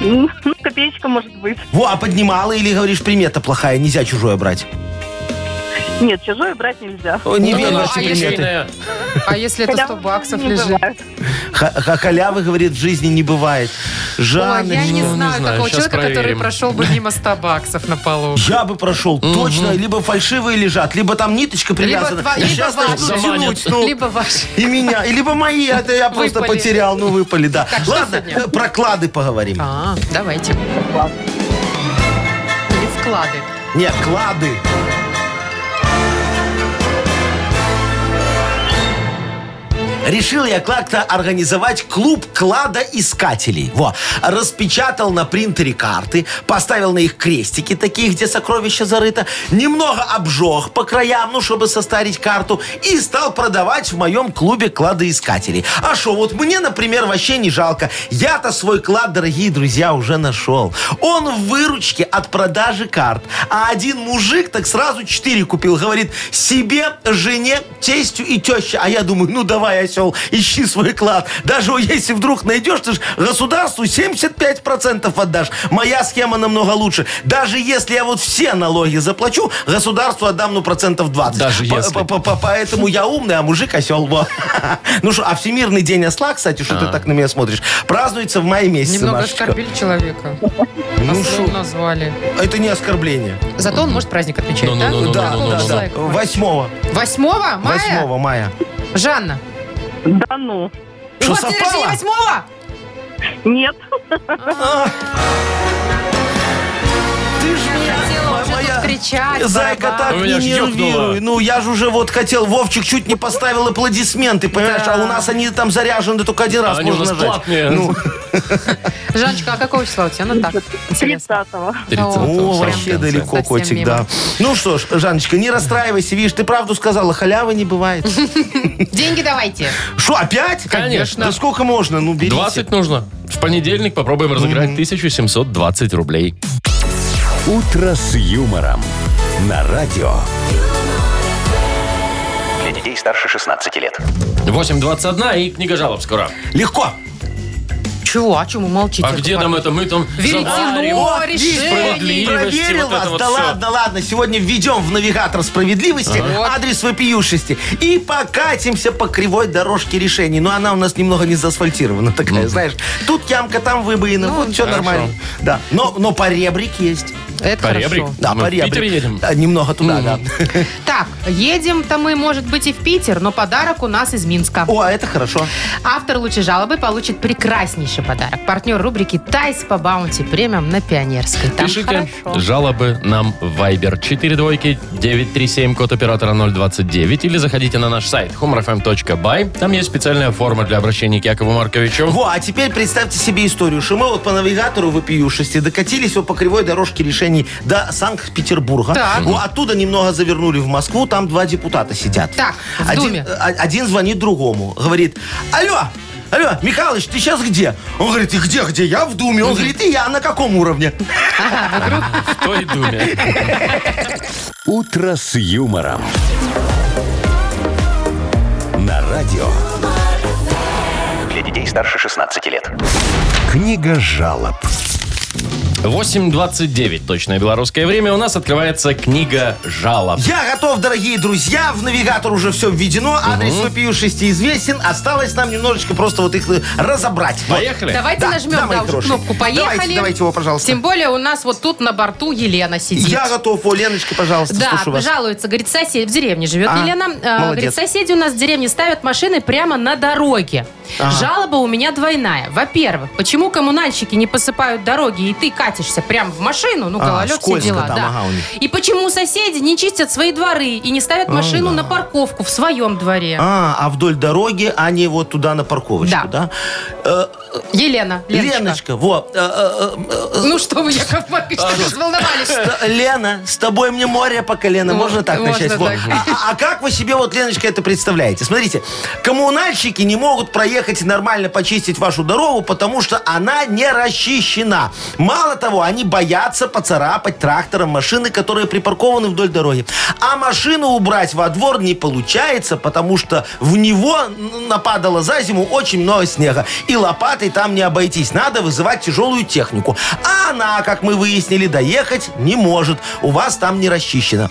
S8: Ну, копеечка может быть.
S4: Во, а поднимала или говоришь, примета плохая, нельзя чужое брать?
S8: Нет, чужое брать нельзя.
S4: О, не
S2: Ну,
S4: верю в
S2: наша
S4: эти приметы.
S2: юбилейная.
S3: А если это 100 баксов лежит?
S4: Ха- ха- Халявы, говорит, в жизни не бывает.
S3: Ой, я
S4: Жанночка.
S3: не
S2: Ну, не
S3: знаю
S2: знаю,
S3: такого
S2: щас
S3: человека, который
S2: проверим.
S3: прошел бы мимо 100 баксов на полу.
S4: Я бы прошел, точно. Либо фальшивые лежат, либо там ниточка
S3: Либо,
S4: привязана.
S3: два-
S4: И
S3: либо
S4: Сейчас
S3: ваши,
S4: начну тянуть. ну.
S3: либо ваши.
S4: И меня, и либо мои, это я просто
S3: Выпали.
S4: потерял, ну выпали, да.
S3: Так, что
S4: Ладно,
S3: сегодня?
S4: э, про клады поговорим.
S3: А, давайте. Или вклады.
S4: Нет, клады. Решил я как-то организовать клуб кладоискателей. Во. Распечатал на принтере карты, поставил на их крестики такие, где сокровища зарыто, немного обжег по краям, ну, чтобы состарить карту, и стал продавать в моем клубе кладоискателей. А что, вот мне, например, вообще не жалко. Я-то свой клад, дорогие друзья, уже нашел. Он в выручке от продажи карт. А один мужик так сразу четыре купил. Говорит, себе, жене, тестю и теще. А я думаю, ну давай, осел, осел, ищи свой клад. Даже если вдруг найдешь, ты ж государству 75% отдашь. Моя схема намного лучше. Даже если я вот все налоги заплачу, государству отдам, ну, процентов 20.
S2: Даже
S4: По-
S2: если.
S4: по- по- по- Поэтому я умный, а мужик осел. во. Ну что, а Всемирный день осла, кстати, что
S2: А.
S4: ты так на меня смотришь, празднуется в мае месяце,
S3: Немного
S4: Машечка.
S3: оскорбили человека. Ослом назвали.
S4: Это не оскорбление.
S3: Зато он может праздник отмечать, да?
S2: Ну-ну-ну-ну-ну-ну-ну.
S4: да,
S3: Какого
S4: ну,
S2: ну,
S4: да,
S3: числа,
S4: да.
S3: Яков Маркович?
S4: 8
S3: Восьмого мая?
S4: 8 мая.
S3: Жанна,
S8: Да ну.
S4: Что,
S7: У вас день рождения
S4: совпало?
S7: восьмого?
S8: Нет.
S4: А. Ты ж
S7: хотела
S4: меня,
S7: уже тут кричать,
S4: Зайка,
S7: барабан.
S4: так
S2: У
S4: не
S2: меня ж ёкнуло.
S4: нервируй. Ну, я же уже вот хотел, Вовчик чуть не поставил аплодисменты, понимаешь? А у нас они там заряжены только один раз,
S2: Они у
S4: можно
S2: нас
S4: нажать.
S2: платные.
S4: Ну,
S3: Жанночка, а какого числа у тебя? Ну так, интересно.
S8: 30-го.
S2: 30.
S4: О,
S2: Прям
S4: вообще
S2: в конце.
S4: далеко,
S3: Совсем
S4: котик,
S3: мимо.
S4: да. Ну что ж, Жанночка, не расстраивайся, видишь, ты правду сказала, халявы не бывает.
S3: Деньги давайте.
S4: Что, опять?
S2: Конечно.
S4: Да сколько можно? Ну, берите.
S2: 20 нужно. В понедельник попробуем разыграть 1720 рублей.
S1: «Утро с юмором» на радио.
S5: Для детей старше 16 лет.
S2: 8.21 и книга жалоб скоро.
S4: Легко.
S3: Чего? А чему молчите?
S2: А где там это? Мы там
S3: Веретено,
S2: заварим.
S3: О,
S4: Вот, видишь,
S3: решение.
S2: справедливости,
S4: Проверил
S2: вот это
S4: вас.
S2: вот
S4: да
S2: всё.
S4: ладно, ладно. Сегодня введем в навигатор справедливости адрес вопиюшести. И покатимся по кривой дорожке решений. Но она у нас немного не заасфальтирована такая,
S2: Ну.
S4: знаешь. Тут ямка, там выбоина. вот все нормально. Да. Но, но поребрик есть.
S3: Это
S2: Поребрик.
S3: хорошо.
S4: Да,
S2: Мы в
S4: поребрик.
S2: Питер едем?
S4: Да, немного туда, да.
S3: Так, едем-то мы, может быть, и в Питер, но подарок у нас из Минска.
S4: О, а это хорошо.
S3: Автор лучшей жалобы получит прекраснейший подарок. Партнер рубрики «Тайс по баунти премиум» на Пионерской. Там
S2: Пишите
S3: хорошо.
S2: жалобы нам в Viber 4 двойки 937 код оператора 029 или заходите на наш сайт humorfm.by. Там есть специальная форма для обращения к Якову Марковичу.
S4: Во, а теперь представьте себе историю, что мы вот по навигатору вопиюшести докатились вот по кривой дорожке решений до Санкт-Петербурга.
S3: Так.
S4: Во, оттуда немного завернули в Москву, там два депутата сидят.
S3: Так, в
S4: один,
S3: Думе.
S4: э, один звонит другому, говорит, алло, алло, Михалыч, ты сейчас где? Он говорит, и где, где? Я в Думе. Он говорит, и я на каком уровне?
S2: В той думе.
S1: «Утро с юмором». На радио.
S5: Для детей старше 16 лет.
S1: Книга жалоб.
S2: 8.29 точное белорусское время. У нас открывается книга жалоб.
S4: Я готов, дорогие друзья, в навигатор уже все введено, адрес вопиюшести известен, осталось нам немножечко просто вот их э, разобрать. Вот.
S2: Поехали.
S3: Давайте
S4: Да,
S3: нажмем
S4: да,
S3: да,
S4: мои
S3: уже
S4: хорошие.
S3: кнопку «Поехали».
S4: Давайте, давайте его, пожалуйста.
S3: Тем более у нас вот тут на борту Елена сидит.
S4: Я готов. О, Леночка, пожалуйста,
S3: Да,
S4: слушаю вас.
S3: жалуется. Говорит, сосед в деревне живет
S4: А,
S3: Елена. Э, Говорит,
S4: молодец.
S3: соседи у нас в деревне ставят машины прямо на дороге. Жалоба у меня двойная. Во-первых, почему коммунальщики не посыпают дороги, и ты катишься прямо в машину, ну,
S4: А,
S3: гололед, все
S4: скользко
S3: дела.
S4: там,
S3: да.
S4: ага, у них.
S3: И почему соседи не чистят свои дворы и не ставят машину на парковку в своем дворе?
S4: А, а вдоль дороги, а не вот туда на парковочку, да? Э,
S3: Елена, Леночка.
S4: Леночка, э, вот.
S3: Ну что вы, Яков Маркович, так взволновались.
S4: э, Лена, с тобой мне море по колено.
S3: Ну,
S4: Можно так
S3: можно
S4: начать?
S3: так.
S4: Во. А, а- а как вы себе, вот, Леночка, это представляете? Смотрите, коммунальщики не могут проехать и нормально почистить вашу дорогу, потому что она не расчищена. Мало того, они боятся поцарапать трактором машины, которые припаркованы вдоль дороги. А машину убрать во двор не получается, потому что в него н- нападало за зиму очень много снега. И лопатой там не обойтись. Надо вызывать тяжелую технику. А она, как мы выяснили, доехать не может. У вас там не расчищено.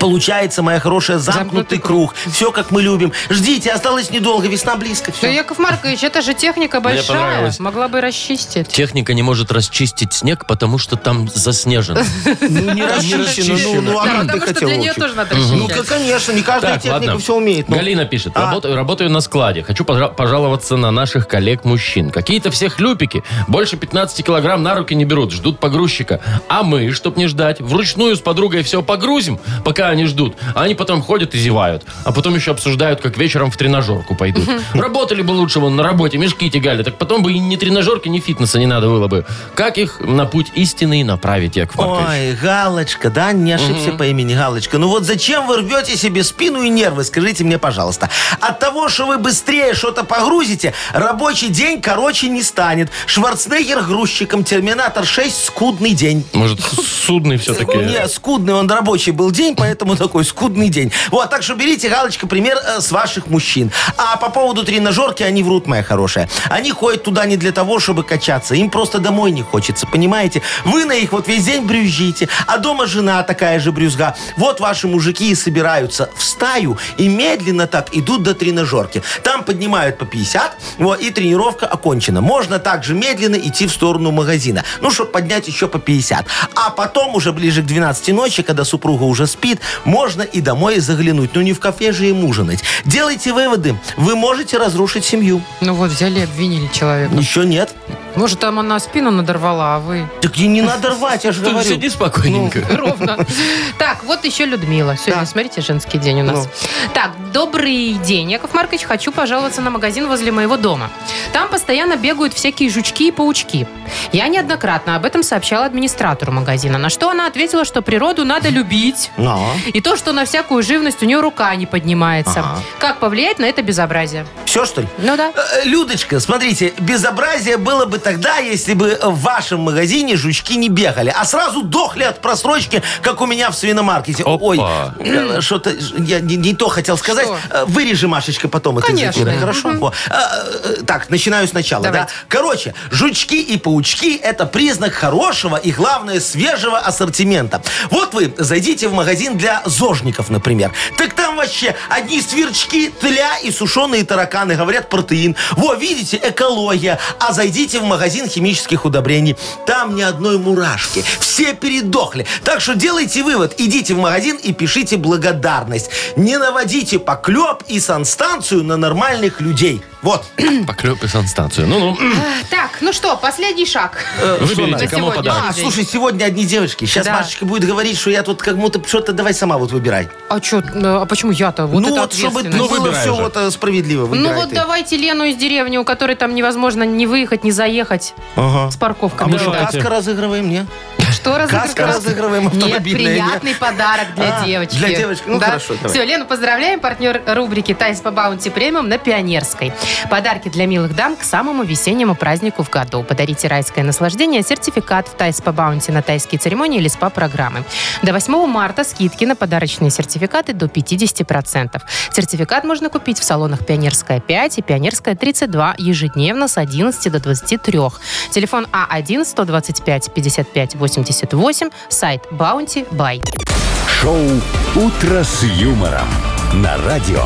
S4: Получается, моя хорошая, замкнутый,
S3: Замкнутый
S4: круг. Все, как мы любим. Ждите, осталось недолго, весна близко.
S3: Да,
S4: Все.
S3: Яков Маркович, это же техника
S2: Мне
S3: большая.
S2: понравилось.
S3: Могла бы расчистить.
S2: Техника не может расчистить снег, потому что там заснежено.
S4: Ну, не
S2: расчищено.
S4: Ну, ну, а
S3: Да,
S4: как ты
S3: потому что
S4: хотел,
S3: для нее
S4: Вовчик?
S3: тоже надо
S4: Ну,
S3: расчищать.
S4: ка- конечно, не каждая
S2: Так,
S4: техника
S2: ладно.
S4: все умеет. ну.
S2: Галина пишет,
S4: А.
S2: работаю, работаю на складе. Хочу пожа- пожаловаться на наших коллег-мужчин. Какие-то все хлюпики. Больше 15 килограмм на руки не берут, ждут погрузчика. А мы, чтоб не ждать, вручную с подругой все погрузим, пока они ждут. А они потом ходят и зевают. А потом еще обсуждают, как вечером в тренажерку пойдут. Работали бы лучше вон на работе, мешки тягали. Так потом бы и ни тренажерки, ни фитнеса не надо было бы. Как их на путь истины направить, Яков Маркович?
S4: Ой, Галочка, да, не ошибся по имени Галочка. Ну вот зачем вы рвете себе спину и нервы, скажите мне, пожалуйста. От того, что вы быстрее что-то погрузите, рабочий день короче не станет. Шварценеггер грузчиком, Терминатор 6, скудный день.
S2: Может, судный все-таки?
S4: Не, скудный он рабочий был день, поэтому такой скудный день. Вот, так что берите, Галочка, пример э, с ваших мужчин. А по поводу тренажерки они врут, моя хорошая. Они ходят туда не для того, чтобы качаться. Им просто домой не хочется, понимаете? Вы на их вот весь день брюзжите, а дома жена такая же брюзга. Вот ваши мужики и собираются в стаю и медленно так идут до тренажерки. Там поднимают по 50, вот, и тренировка окончена. Можно также медленно идти в сторону магазина. Ну, чтобы поднять еще по 50. А потом уже ближе к 12 ночи, когда супруга уже спит, можно и домой заглянуть. Ну, не в кафе же им ужинать. Делайте выводы. Вы можете разрушить семью.
S3: Ну вот, взяли и обвинили человека.
S4: Еще нет.
S3: Может, там она спину надорвала, а вы...
S4: Так и не надо рвать, я же
S2: Тут
S4: говорю.
S2: сиди спокойненько.
S3: Ровно. Так, вот еще Людмила. Сегодня,
S4: Да. Ну.
S3: смотрите, женский день у нас. Так, добрый день, Яков Маркович. Хочу пожаловаться на магазин возле моего дома. Там постоянно бегают всякие жучки и паучки. Я неоднократно об этом сообщала администратору магазина, на что она ответила, что природу надо любить.
S4: Ну,
S3: И то, что на всякую живность у нее рука не поднимается.
S4: Ага.
S3: Как повлиять на это безобразие?
S4: все, что ли?
S3: Ну да.
S4: Э, Людочка, смотрите, безобразие было бы тогда, если бы в вашем магазине жучки не бегали, а сразу дохли от просрочки, как у меня в свиномаркете.
S2: Опа.
S4: Ой, э, что-то я не, не то хотел сказать.
S3: Что?
S4: Э, Вырежи, Машечка, потом это из
S3: Конечно.
S4: эфира, Хорошо. Во. Э, э, Так, начинаю сначала, да?
S3: Давайте.
S4: Короче, жучки и паучки – это признак хорошего и, главное, свежего ассортимента. Вот вы зайдите в магазин для зожников, например. Так там вообще одни сверчки, тля и сушеные тараканы, говорят, протеин. Во, видите, экология. А зайдите в магазин химических удобрений. Там ни одной мурашки. Все передохли. Так что делайте вывод. Идите в магазин и пишите благодарность. Не наводите поклеп и санстанцию на нормальных людей. Вот.
S2: Поклеп и санстанцию. Ну-ну. э,
S3: Так, ну что, последний шаг.
S2: Выберите,
S3: на
S2: кому
S3: сегодня?
S2: подарок.
S4: А, слушай, Э, сегодня одни девочки. Сейчас
S3: Да.
S4: Машечка будет говорить, что я тут как будто что-то давай сама вот выбирай.
S3: А что, а почему я-то? Вот
S4: ну
S3: это
S4: вот, чтобы
S3: ответственность.
S2: Ну,
S4: было
S2: выбирай
S4: все
S2: уже.
S4: вот э, справедливо.
S3: Ну
S4: выбирай
S3: вот
S4: ты.
S3: давайте Лену из деревни, у которой там невозможно не выехать, не заехать
S4: Ага.
S3: с
S4: А
S3: парковками.
S4: мы что,
S2: Давайте.
S4: каска разыгрываем, не?
S3: Что
S4: Каска разыгрываем
S3: Нет,
S4: автомобильная.
S3: приятный подарок для
S4: А,
S3: девочки.
S4: для девочки. Ну, хорошо, давай.
S3: Все, Лену поздравляем, партнер рубрики «Тайс по баунти премиум» на Пионерской. Подарки для милых дам к самому весеннему празднику в году. Подарите райское наслаждение, сертификат в «Тайс по баунти» на тайские церемонии или СПА-программы. До 8 марта скидки на подарочные сертификаты до 50%. Сертификат можно купить в салонах «Пионерская 5» и «Пионерская 32» ежедневно с 11 до 23. Телефон А А1-125-55-88, сайт Баунти Бай.
S1: Шоу «Утро с юмором» на радио.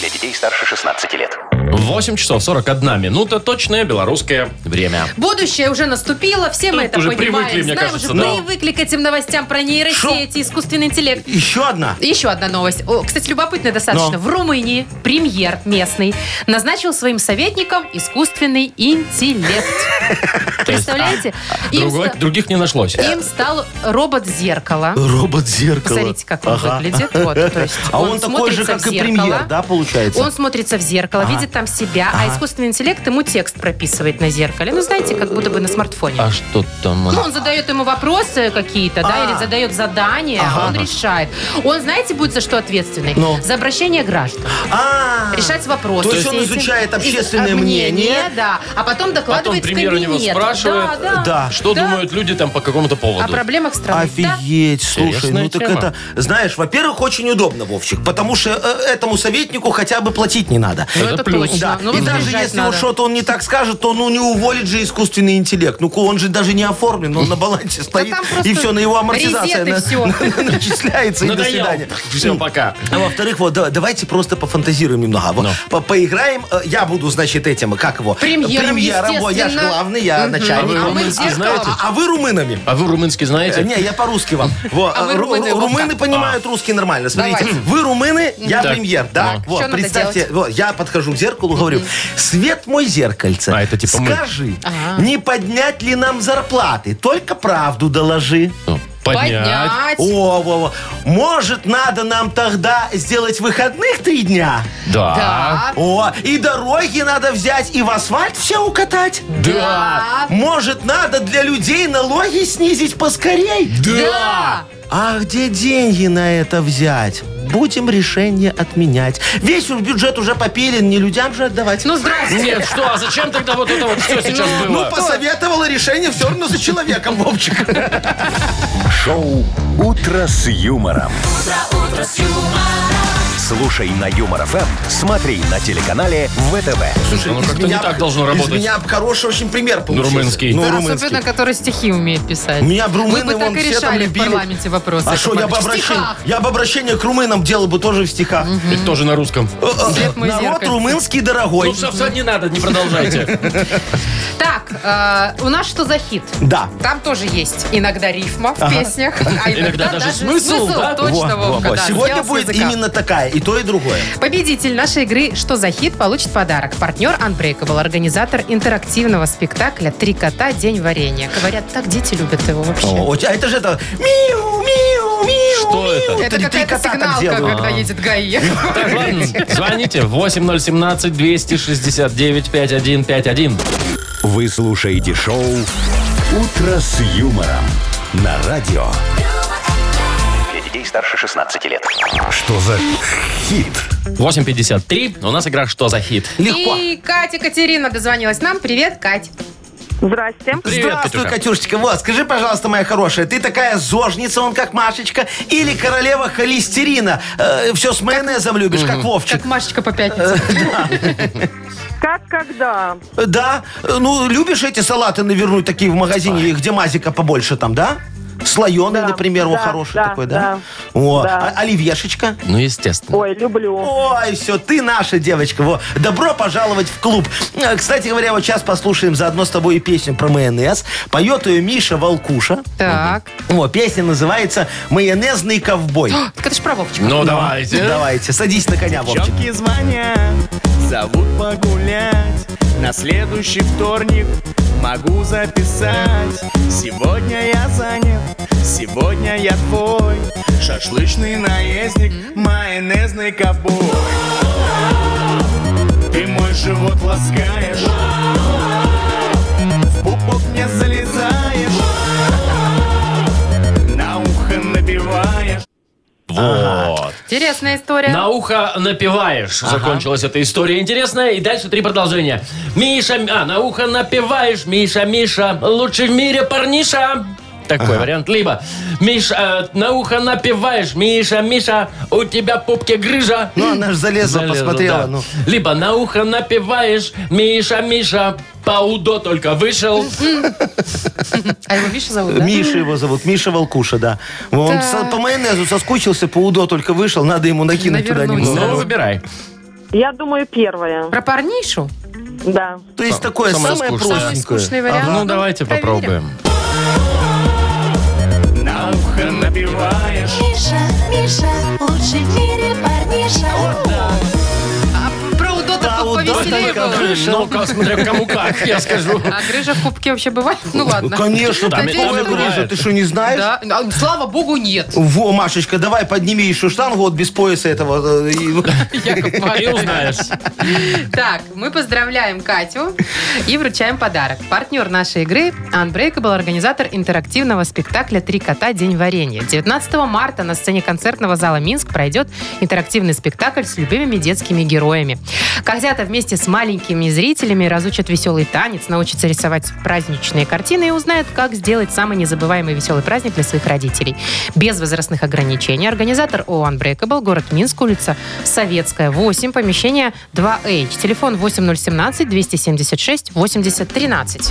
S5: Для детей старше 16 лет.
S2: 8 часов 41 минута. Точное белорусское время.
S3: Будущее уже наступило, все мы
S2: Ну,
S3: это
S2: уже
S3: понимаем.
S2: привыкли, мне
S3: Знаем,
S2: кажется,
S3: уже
S2: да.
S3: привыкли к этим новостям про нейросети, искусственный интеллект.
S4: Еще одна.
S3: Еще одна новость. О, кстати, любопытная достаточно.
S4: Но.
S3: В Румынии премьер местный назначил своим советником искусственный интеллект. Представляете?
S4: А,
S3: Им
S2: Другой-
S3: ста-
S2: других не нашлось.
S4: Э.
S3: им стал робот-зеркало.
S4: Робот-зеркало.
S3: Посмотрите, как он выглядит. Вот, то есть
S4: А он, такой же,
S3: смотрится
S4: как
S3: в
S4: и
S3: зеркало.
S4: премьер, да, получается?
S3: Он смотрится в зеркало,
S4: Ага.
S3: видит там себя, а
S4: Ага.
S3: искусственный интеллект ему текст прописывает на зеркале. Ну, знаете, как будто бы на смартфоне.
S2: А что там?
S3: Ну, он задает ему вопросы какие-то, да,
S4: А.
S3: или задает задания, а он решает. Он, знаете, будет за что ответственный?
S4: Ну.
S3: За обращение граждан.
S4: А,
S3: Решать вопросы.
S4: То есть он
S3: все эти.
S4: изучает
S3: И-
S4: общественное
S3: а,
S4: мнение.
S3: Да, а потом докладывает в
S2: премьер у
S3: кабинет.
S2: него спрашивает.
S3: Да, да.
S4: да. А
S2: Что
S3: Да.
S2: думают люди там по какому-то
S3: О
S2: поводу?
S3: проблемах страны. Да.
S4: Офигеть, слушай,
S2: Интересная
S4: ну так
S2: тема.
S4: это, знаешь, во-первых, очень удобно, Вовчик, потому что э, этому советнику хотя бы платить не надо.
S3: Ну,
S2: Это
S3: это
S2: плюс.
S3: точно.
S4: Да,
S3: Ну,
S4: и
S3: вот
S4: даже
S3: приезжать
S4: если
S3: надо.
S4: уж что-то он не так скажет, то ну не уволит же искусственный интеллект. Ну он же даже не оформлен, он на балансе стоит,
S3: там просто
S4: и все, на его амортизация
S3: резеты
S4: на-
S3: всё.
S4: на- начисляется, и до
S2: Надоел.
S4: свидания.
S2: Все, пока.
S4: А во-вторых, вот да- давайте просто пофантазируем немного.
S2: Ну.
S4: Вот, по- Поиграем. Э, Я буду, значит, этим, как его?
S3: Премьером,
S4: вот, я же
S3: естественно.
S4: главный, я
S2: А вы
S4: начальник.
S2: румынский
S3: зеркало.
S2: знаете?
S4: А а вы румынами.
S2: А вы румынский
S4: Э,
S2: знаете?
S4: Не, я по-русски вам. Во,
S3: А вы
S4: э, ру-
S3: румыны,
S4: ру-
S3: Вовка?
S4: румыны понимают русский нормально. Смотрите,
S3: Давайте.
S4: вы румыны, я
S2: Так,
S4: премьер. Да,
S2: ну.
S4: вот,
S3: Что надо
S4: представьте, вот, я подхожу к зеркалу, говорю, свет мой зеркальце,
S2: А, это типа мы.
S4: скажи,
S3: Ага.
S4: не поднять ли нам зарплаты, только правду доложи.
S2: Ну, Поднять.
S3: Поднять.
S4: О, во, во. может, надо нам тогда сделать выходных три дня?
S2: Да.
S3: Да.
S4: О, и дороги надо взять, и в асфальт все укатать.
S3: Да.
S4: Может, надо для людей налоги снизить поскорей?
S3: Да.
S4: А где деньги на это взять? Будем решение отменять. Весь уж бюджет уже попилен, не людям же отдавать.
S3: Ну, здрасте.
S2: Нет, что, а зачем тогда вот это вот все сейчас
S4: Ну,
S2: было?
S4: посоветовала решение все равно за человеком, Вовчик.
S1: Шоу «Утро с юмором». Слушай на Юмор ФМ, смотри на телеканале ВТВ.
S4: Слушай,
S2: ну
S4: из
S2: как-то не
S4: меня-
S2: так должно работать.
S4: Из меня хороший очень пример получился.
S2: Румынский.
S4: Ну,
S3: Да,
S4: румынский.
S3: особенно, который стихи умеет писать.
S4: У меня бы
S3: Мы
S4: румыны,
S3: бы так
S4: вон,
S3: и
S4: все там
S3: решали в
S4: любили.
S3: парламенте вопросы.
S4: А что, я бы
S3: Яков Маркович. В
S4: обращение,
S3: стихах.
S4: я бы обращение к румынам делал бы тоже в стихах.
S2: Это тоже на русском.
S4: Э, э,
S3: Свет мой
S4: Народ
S3: зеркальце.
S4: румынский дорогой.
S2: Ну, все, все, не надо, не продолжайте.
S3: Так, э, у нас что за хит?
S4: Да.
S3: Там тоже есть иногда рифма в песнях, а
S2: Иногда даже смысл, да?
S3: Точно,
S4: Во, во,
S3: Вовка,
S4: во.
S3: да,
S4: Сегодня
S3: взял с
S4: будет
S3: языка.
S4: именно такая, и то, и другое.
S3: Победитель нашей игры «Что за хит» получит подарок. Партнер Unbreakable, организатор интерактивного спектакля «Три кота. День варенья». Говорят, так дети любят его вообще.
S4: О, а это же это... Миу, миу, миу,
S2: Что
S4: миу.
S2: это?
S3: Это
S4: Три
S3: какая-то
S4: кота так А.
S3: сигналка,
S4: делают.
S3: когда едет ГАИ.
S2: Так, ладно, звоните 8017-269-5151.
S1: Вы слушаете шоу «Утро с юмором» на радио.
S5: Для детей старше 16 лет.
S1: А Что за хит?
S2: 8.53. У нас игра «Что за хит?»
S4: Легко.
S3: И Катя Катерина дозвонилась нам. Привет, Кать.
S8: Здрасте.
S2: Привет,
S4: Здравствуй,
S2: Катюша.
S4: Катюшечка. Вот, скажи, пожалуйста, моя хорошая, ты такая зожница, он как Машечка, или королева холестерина? все с майонезом любишь, как Вовчик.
S3: Как Машечка по пятницам.
S8: Как когда?
S4: Э, Да, Э, ну, любишь эти салаты навернуть такие в магазине, где мазика побольше там, да? Слоеный,
S8: Да,
S4: например, о,
S8: да,
S4: хороший
S8: да,
S4: такой, да?
S8: да,
S4: О,
S8: да.
S4: а- оливьешечка?
S2: Ну, естественно.
S8: Ой, люблю.
S4: Ой, все, ты наша девочка. Во, добро пожаловать в клуб. Э, Кстати говоря, вот сейчас послушаем заодно с тобой и песню про майонез. Поет ее Миша Волкуша.
S3: Так.
S4: О, песня называется «Майонезный ковбой».
S3: Так это ж про Вовчика.
S2: Ну,
S4: Ну,
S2: давайте.
S4: Давайте, садись на коня, Вовчик.
S10: Девчонки звонят, зовут погулять. На следующий вторник могу записать. Сегодня я занят, сегодня я твой. Шашлычный наездник, майонезный ковбой. Ты мой живот ласкаешь, в пупок мне залезаешь, на ухо набиваешь.
S2: Вот.
S3: Интересная история.
S2: На ухо напиваешь. Закончилась эта история интересная. И дальше три продолжения. Миша, а, на ухо напиваешь, Миша, Миша, лучший в мире парниша. Такой вариант. Либо Миша, э, на ухо напиваешь, Миша, Миша, у тебя пупки грыжа.
S4: Ну, она же залезла,
S2: Залезла,
S4: посмотрела.
S2: да.
S4: ну.
S2: Либо на ухо напиваешь, Миша, Миша, по УДО только вышел.
S3: А его Миша зовут, да?
S4: Миша его зовут, Миша Волкуша, да. Он
S3: Так.
S4: со- по майонезу соскучился, по УДО только вышел, надо ему накинуть туда
S3: Навернуть.
S4: немного.
S2: Ну, выбирай.
S8: Я думаю, первое.
S3: Про парнишу?
S8: Да.
S4: То есть такое
S2: Ну, самое
S4: самое,
S2: скучное.
S3: Самый
S4: простенькое.
S3: скучный вариант.
S2: Ну, давайте
S3: проверим.
S2: попробуем.
S10: На ухо набиваешь.
S11: Миша, Миша, лучший в мире парниша.
S3: Про Удота
S4: Да,
S3: тут
S4: Удота
S3: повеселее
S4: только
S3: было.
S4: вышел.
S2: Ну, как, смотря кому как, я скажу.
S3: А грыжа в кубке вообще бывает? Ну
S4: Ну,
S3: ладно.
S4: Конечно,
S2: Там
S4: такое
S2: и там и
S4: грыжа,
S2: бывает.
S4: ты что, не знаешь?
S3: Да. А, Слава богу, нет.
S4: Во, Машечка, давай подними еще штангу вот без пояса этого. э, и-
S3: Яков
S2: И
S3: Маркович.
S2: узнаешь.
S3: Так, мы поздравляем Катю и вручаем подарок. Партнер нашей игры Unbreakable, организатор интерактивного спектакля «Три кота. День варенья». 19 марта на сцене концертного зала «Минск» пройдет интерактивный спектакль с любимыми детскими героями. Козята вместе с маленькими зрителями разучат веселый танец, научатся рисовать праздничные картины и узнают, как сделать самый незабываемый веселый праздник для своих родителей. Без возрастных ограничений. Организатор ООО Unbreakable, город Минск, улица Советская, 8, помещение 2H. Телефон 8017-276-8013.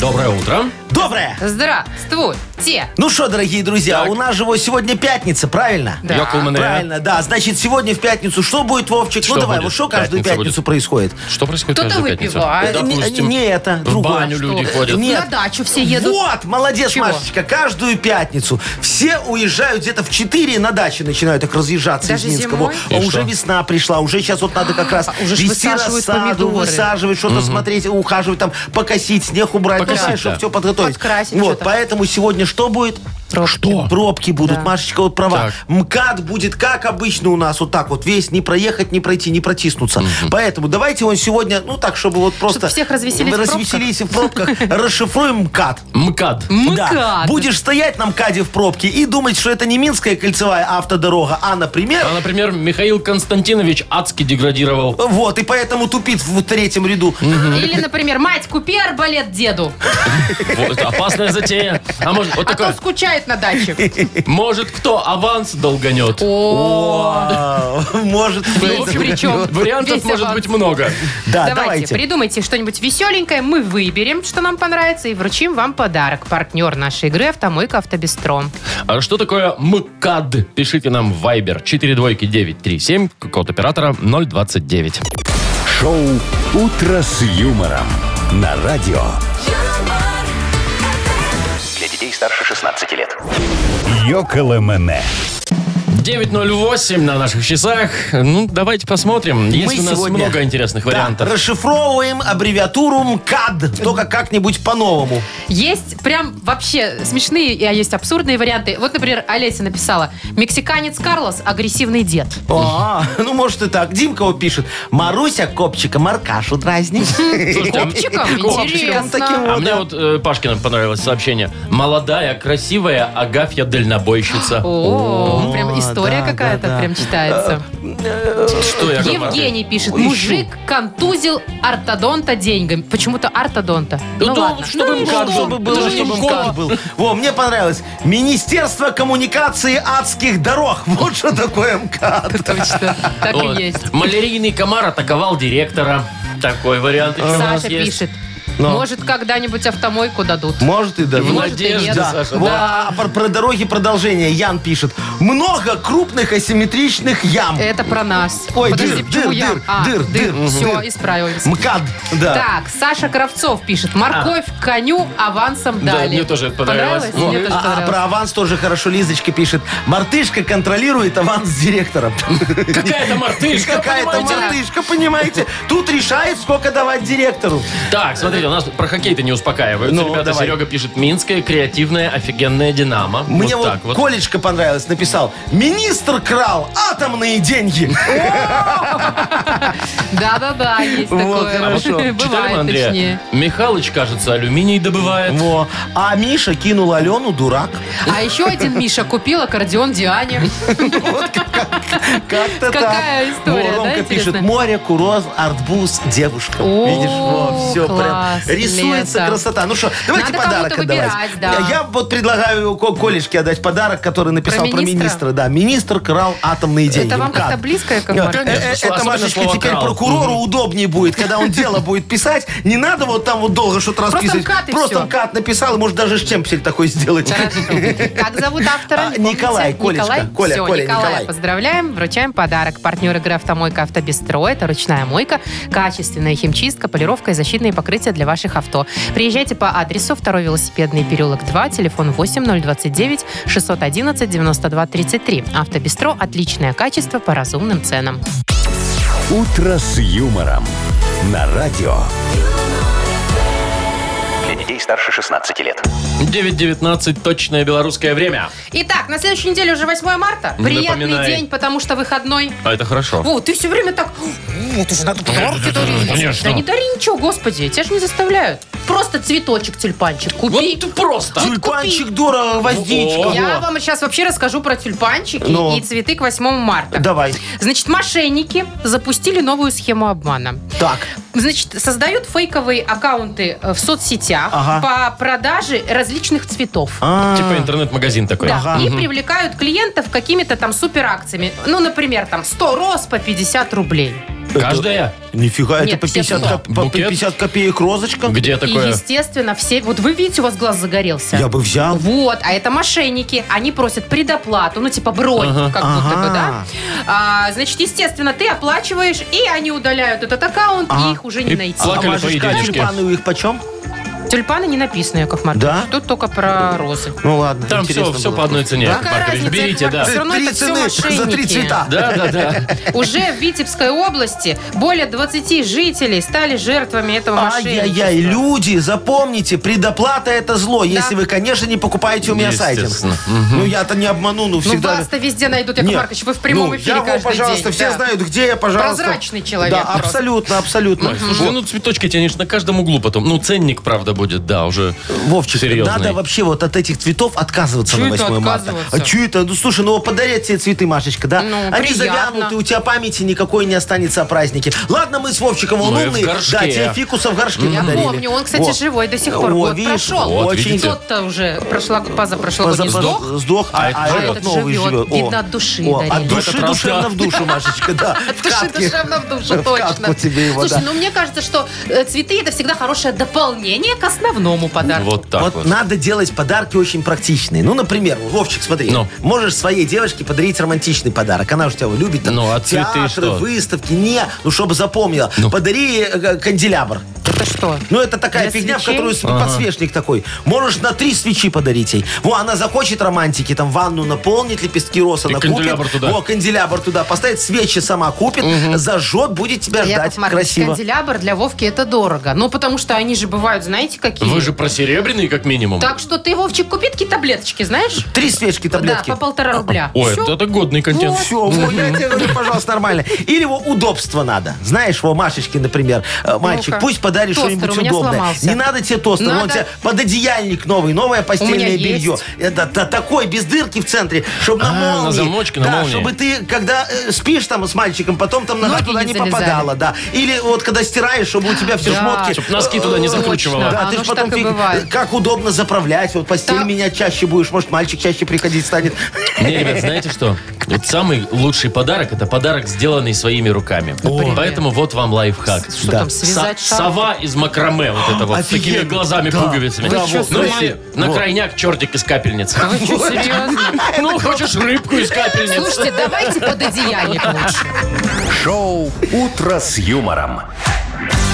S2: Доброе утро.
S4: Доброе!
S3: Здравствуйте!
S4: Ну что, дорогие друзья,
S2: Так.
S4: у нас же вот сегодня пятница, правильно?
S3: Да.
S2: Йокулмане.
S4: Правильно, да. Значит, сегодня в пятницу что будет, Вовчик?
S2: а? Что
S4: ну давай,
S2: будет?
S4: вот что каждую
S2: Пятница
S4: пятницу
S2: будет.
S4: происходит?
S2: Что происходит
S3: Кто-то
S2: каждую пятницу?
S3: выпивает.
S4: Э, не-
S2: Допустим,
S4: не это,
S2: в
S4: другое.
S2: баню люди
S3: Что?
S2: ходят.
S4: Нет.
S3: На дачу все едут.
S4: Вот, молодец,
S3: Чего?
S4: Машечка. Каждую пятницу все уезжают где-то в 4 и на даче начинают так разъезжаться
S3: Даже
S4: из Минска.
S3: зимой? А,
S4: Во, А
S2: И
S4: уже
S2: что?
S4: весна пришла, уже сейчас вот надо как раз
S3: уже ж
S4: вести
S3: высаживают
S4: рассаду,
S3: помидоры.
S4: высаживать, что-то смотреть, ухаживать, там, покосить, снег убрать.
S2: Покосить,
S4: чтобы
S2: да.
S4: все готовить.
S12: подкрасить
S4: Вот,
S12: что-то.
S4: поэтому сегодня что будет?
S12: Пробки.
S4: Что? Пробки будут,
S12: Да.
S4: Машечка вот права.
S2: Так.
S4: МКАД будет, как обычно, у нас вот так вот весь, не проехать, не пройти, не протиснуться. Поэтому давайте он сегодня, ну так, чтобы вот просто...
S12: всех развеселить в пробках.
S4: развеселить в пробках. Расшифруем МКАД.
S2: МКАД.
S12: МКАД.
S4: Да. Будешь стоять на МКАДе в пробке и думать, что это не Минская кольцевая автодорога, а, например,
S2: А, например, Михаил Константинович адски деградировал.
S4: вот, и поэтому тупит в третьем ряду.
S3: Или, например, мать, купи арбалет деду,
S2: Вот, опасная затея. А может, вот
S12: А то
S2: такое.
S12: скучает на даче.
S2: Может, кто аванс долганет?
S12: О,
S4: А, Может
S12: Ну, в
S4: быть.
S12: общем, причем.
S2: Вариантов
S12: весь
S2: может
S12: аванс.
S2: быть много.
S4: Да,
S12: давайте,
S4: давайте.
S12: придумайте что-нибудь веселенькое, мы выберем, что нам понравится, и вручим вам подарок. Партнер нашей игры «Автомойка Автобестром».
S2: А что такое МКАД? Пишите нам в Viber 42937, код оператора 029.
S1: Шоу «Утро с юмором» на радио.
S11: юмор,
S5: Для детей старше 16 лет.
S1: Йоколэмэне.
S2: 9.08 на наших часах. Ну, давайте посмотрим. Есть
S4: Мы
S2: у нас
S4: сегодня-
S2: много интересных
S4: Да,
S2: вариантов.
S4: Расшифровываем аббревиатуру МКАД, только как-нибудь по-новому.
S3: Есть прям вообще смешные, а есть абсурдные варианты. Вот, например, Олеся написала, мексиканец Карлос – агрессивный дед.
S4: А, ну может и так. Димка вот пишет. Маруся копчика маркашу дразнит.
S2: Слушайте, а м-
S3: Копчиком?
S4: Копчиком
S3: Интересно.
S4: таким
S2: А
S4: вот.
S2: мне
S4: да.
S2: вот э, Пашкина понравилось сообщение. Молодая, красивая Агафья дальнобойщица.
S3: О,
S4: О,
S3: прям история
S4: да,
S3: какая-то
S4: да, да.
S3: прям читается.
S2: Что я говорю?
S3: Евгений пишет,
S4: Ой,
S3: мужик контузил ортодонта деньгами. Почему-то ортодонта.
S2: Ну,
S3: Ну
S2: да,
S3: ладно.
S2: чтобы
S3: Ну и
S2: МКАД
S3: что?
S2: был,
S3: Ну
S4: Было,
S3: и
S4: чтобы
S3: что?
S4: МКАД был. Во, мне понравилось. Министерство коммуникации адских дорог. Вот что такое МКАД.
S3: Точно, так
S2: Вот.
S3: и есть.
S2: Малярийный комар атаковал директора. Такой вариант
S4: А,
S2: еще у нас
S3: Саша
S2: есть.
S3: пишет, может, когда-нибудь автомойку дадут.
S4: Может и да.
S2: В
S3: Может, и
S2: надежде,
S3: нет.
S4: Да.
S2: Саша.
S4: Во,
S2: да.
S4: а про, про дороги продолжение. Ян пишет. Много крупных асимметричных ям.
S3: Это про нас.
S4: Ой,
S3: Подожди,
S4: дыр,
S3: почему
S4: дыр,
S3: я?
S4: дыр,
S3: А,
S4: дыр, дыр, мгм.
S3: Все,
S4: дыр.
S3: исправился.
S4: МКАД. Да.
S3: Так, Саша Кравцов пишет. Морковь коню авансом
S2: Да,
S3: дали.
S2: мне тоже понравилось. Ну,
S3: Мне тоже
S4: А- А,
S3: понравилось.
S4: про аванс тоже хорошо Лизочка пишет. Мартышка контролирует аванс директора.
S2: Какая-то мартышка,
S4: Какая-то
S2: понимаете?
S4: мартышка, понимаете? Тут решает, сколько давать директору.
S2: Так, смотрите, у нас про хоккей-то не успокаиваются.
S4: Ну,
S2: Ребята,
S4: давай.
S2: Серега пишет, Минская креативная офигенная Динамо.
S4: Мне
S2: вот
S4: вот,
S2: так вот.
S4: Колечка понравилось, написал. Министр крал атомные деньги.
S3: Да-да-да, есть
S4: Вот,
S3: такое.
S4: хорошо.
S2: А Читаем,
S3: Бывает,
S2: Андрея.
S3: точнее.
S2: Михалыч, кажется, алюминий добывает.
S4: Во. А Миша кинул Алену дурак.
S3: А еще один Миша купил аккордеон Диане.
S4: Как-то
S3: Какая
S4: так.
S3: история,
S4: Во,
S3: да,
S4: Ромка
S3: интересная?
S4: пишет, море, курорт, арбуз, девушка.
S3: О,
S4: Видишь, вот, все
S3: класс,
S4: прям рисуется
S3: лето.
S4: красота. Ну что, давайте
S3: Надо
S4: подарок
S3: кому-то
S4: отдавать.
S3: выбирать, да.
S4: Я вот предлагаю Ко- Колечке отдать подарок, который написал про,
S3: министра?
S4: министра. Да, министр крал атомные деньги.
S3: Это вам
S4: Как?
S3: как-то близко, Яков
S4: Э,
S3: Маркович?
S4: э,
S2: Конечно,
S4: э, Это,
S2: особенно
S4: Машечка,
S2: слово
S4: теперь
S2: «крал».
S4: прокурору удобнее будет, когда он дело будет писать. Не надо вот там вот долго что-то
S3: Просто
S4: расписывать.
S3: МКАД и
S4: Просто
S3: всё.
S4: МКАД написал, и может даже штемпсель такой сделать.
S3: Хорошо. Как зовут автора?
S4: А,
S3: Помните?
S4: Николай, Колечка. Коля,
S3: Всё,
S4: Коля,
S3: Николая
S4: Николай.
S3: поздравляем, вручаем подарок. Партнер игры «Автомойка Автобестро» – это ручная мойка, качественная химчистка, полировка и защитные покрытия для ваших авто. Приезжайте по адресу 2 велосипедный переулок 2, телефон 8029 611 92 33. «Автобестро» – отличное качество по разумным ценам.
S1: «Утро с юмором» на радио.
S5: Для детей старше 16 лет.
S2: 9.19, точное белорусское время.
S3: Итак, на следующей неделе уже 8 марта.
S2: Не
S3: Приятный
S2: напоминай.
S3: день, потому что выходной.
S2: А это хорошо.
S3: О, ты все время так... Вот уже надо подарки дарить.
S2: Конечно.
S3: Да не дари ничего, господи, тебя же не заставляют. Просто цветочек, тюльпанчик купи.
S2: Вот просто.
S4: Тюльпанчик дорого,
S2: О.
S4: воздичка.
S3: Я вам сейчас вообще расскажу про тюльпанчики
S4: Ну.
S3: и цветы к 8 марта.
S4: Давай.
S3: Значит, мошенники запустили новую схему обмана.
S4: Так.
S3: Значит, создают фейковые аккаунты э, в соцсетях
S4: Ага.
S3: по продаже различных цветов.
S4: А.
S2: Типа интернет-магазин такой.
S3: Да, и привлекают клиентов какими-то там суперакциями. Ну, например, там 100 роз по 50 рублей.
S2: Каждая?
S4: Нифига, это
S3: Нет,
S4: по
S3: все
S4: 50,
S3: сто.
S4: коп- по
S2: Букет?
S4: 50 копеек розочка.
S2: Где
S3: И,
S2: такое?
S3: естественно, все... Вот вы видите, у вас глаз загорелся.
S4: Я бы взял.
S3: Вот, а это мошенники. Они просят предоплату, ну, типа бронь, как будто бы, да?
S4: Ага.
S3: А, значит, естественно, ты оплачиваешь, и они удаляют этот аккаунт,
S4: Ага.
S3: и их уже не
S2: И
S3: найти. А,
S2: плакали по
S4: Машечка, а
S2: идеечке.
S4: тюльпаны у их почем?
S3: Тюльпаны не написаны, Яков Маркович.
S4: Да?
S3: Тут только про розы.
S4: Ну ладно,
S2: Там все,
S4: интересно
S2: все
S4: было.
S2: по одной цене,
S4: Да?
S2: Яков Маркович.
S3: разница,
S2: Берите,
S3: Яков
S2: да.
S3: Маркович? Всё равно
S4: Три
S3: это всё
S4: цены за три
S3: мошенники.
S4: цвета.
S2: Да, да, да.
S3: Уже в Витебской области более 20 жителей стали жертвами этого мошенничества.
S4: Ай-яй-яй, люди, запомните, предоплата это зло, если вы, конечно, не покупаете у меня сайтинг.
S2: Естественно.
S4: Ну, я-то не обману, ну
S3: Ну
S4: всегда... же-
S3: вас-то везде найдут, Яков
S4: Нет.
S3: Маркович, вы в прямом
S4: Ну,
S3: эфире
S4: я вам,
S3: каждый
S4: пожалуйста,
S3: день,
S4: все
S3: да.
S4: знают, где я, пожалуйста.
S3: Прозрачный человек
S4: Да,
S3: просто.
S4: абсолютно, абсолютно.
S2: Слушай, ну цветочки тянешь на каждом углу потом. Ну, ценник, правда, будет, да, уже
S4: Вовчик,
S2: серьезный.
S4: надо вообще вот от этих цветов отказываться
S3: Чё
S4: на
S3: это
S4: 8 марта.
S3: отказываться?
S4: А че это? Ну слушай, ну подарят тебе цветы, Машечка, да?
S3: Ну,
S4: Они
S3: приятно.
S4: завянут, и у тебя памяти никакой не останется о празднике. Ладно, мы с Вовчиком он
S2: Мы Ну, в
S4: умный.
S2: горшке.
S4: Да, тебе фикуса в горшке
S3: Я
S4: подарили.
S3: помню, он, кстати,
S4: Во.
S3: живой до сих пор.
S4: О,
S3: Год
S4: видишь,
S3: прошел.
S2: вот,
S4: Очень
S2: видите.
S3: Тот-то уже прошла, позапрошлого
S4: Поза-
S3: не сдох.
S4: Сдох, а,
S2: А этот
S4: а
S2: живет.
S4: этот новый
S3: Живет.
S4: живет.
S3: Видно, от души
S4: О,
S3: дарили.
S4: от души
S2: Это
S4: душевно
S2: правда.
S4: в душу, Машечка, да.
S3: От души душевно в душу,
S4: В
S3: точно.
S4: катку тебе его,
S3: Слушай,
S4: да.
S3: ну мне кажется, что э, цветы это всегда хорошее дополнение к основному подарку.
S2: Вот так
S4: вот,
S2: вот.
S4: надо делать подарки очень практичные. Ну, например, Вовчик, смотри,
S2: Ну.
S4: можешь своей девочке подарить романтичный подарок. Она же тебя любит. Там,
S2: Ну, а цветы
S4: театры,
S2: что?
S4: выставки. Не, ну, чтобы запомнила.
S2: Ну.
S4: Подари э, э, канделябр.
S3: Это что?
S4: Ну, это такая
S3: Для
S4: фигня, в
S3: свечей?
S4: которую с- подсвечник такой. Можешь на три свечи подарить ей. Во, она захочет романтики, там ванну наполнит, лепестки роса
S2: И
S4: накупит.
S2: канделябр туда.
S4: Во, канделябр туда поставит, свечи сама купит, зажжет, будет тебя ждать.
S3: Яков Маркович,
S4: Красиво.
S3: канделябр для Вовки это дорого. Ну, потому что они же бывают, знаете, какие?
S2: Вы же про серебряный, как минимум.
S3: Так что ты, Вовчик, купи такие таблеточки, знаешь?
S4: Три свечки, таблетки.
S3: Да, по полтора рубля.
S2: Ой,
S3: Всё.
S2: это, это годный контент.
S4: Все, вот, я тебе говорю, пожалуйста, нормально. Или его удобство надо. Знаешь, во Машечке, например, э, мальчик,
S3: Ну-ка.
S4: пусть подаришь
S3: Тостер
S4: что-нибудь
S3: у меня
S4: удобное.
S3: сломался.
S4: Не надо тебе тостер,
S3: Надо.
S4: он тебе пододеяльник новый, новое
S3: меня
S4: постельное
S3: есть.
S4: белье. Это та- такой, без дырки в центре, чтобы на
S2: А, на
S4: молнии.
S2: замочке, на
S4: да,
S2: молнии.
S4: чтобы ты, когда э, спишь там с мальчиком, потом там нога
S3: Ноги
S4: туда
S3: не
S4: не
S3: залезали.
S4: попадала, да. Или вот когда стираешь, чтобы у тебя все
S3: Да.
S4: шмотки.
S2: Чтоб носки туда не
S4: Э,
S2: закручивало.
S4: Да,
S3: Оно
S4: ты
S3: ж
S4: ж потом
S3: так и
S4: фиг-
S3: бывает.
S4: как удобно заправлять. Вот постель
S3: Так.
S4: меня чаще будешь, может, мальчик чаще приходить станет.
S2: Не, ребят, знаете что? Вот самый лучший подарок это подарок, сделанный своими руками. Поэтому вот вам лайфхак.
S3: Что там, связать
S2: Со-
S3: шарф?
S2: сова из макраме, вот это вот, с такими
S4: Офигенно.
S2: глазами,
S4: Да.
S2: пуговицами.
S4: Да,
S2: Ну,
S4: вот,
S2: ну,
S4: слушай,
S2: или на
S4: вот.
S2: крайняк чертик из капельниц.
S3: А вы что, серьезно?
S2: Ну, хочешь рыбку из капельниц?
S3: Слушайте, давайте под одеяльник лучше.
S1: Шоу «Утро с юмором».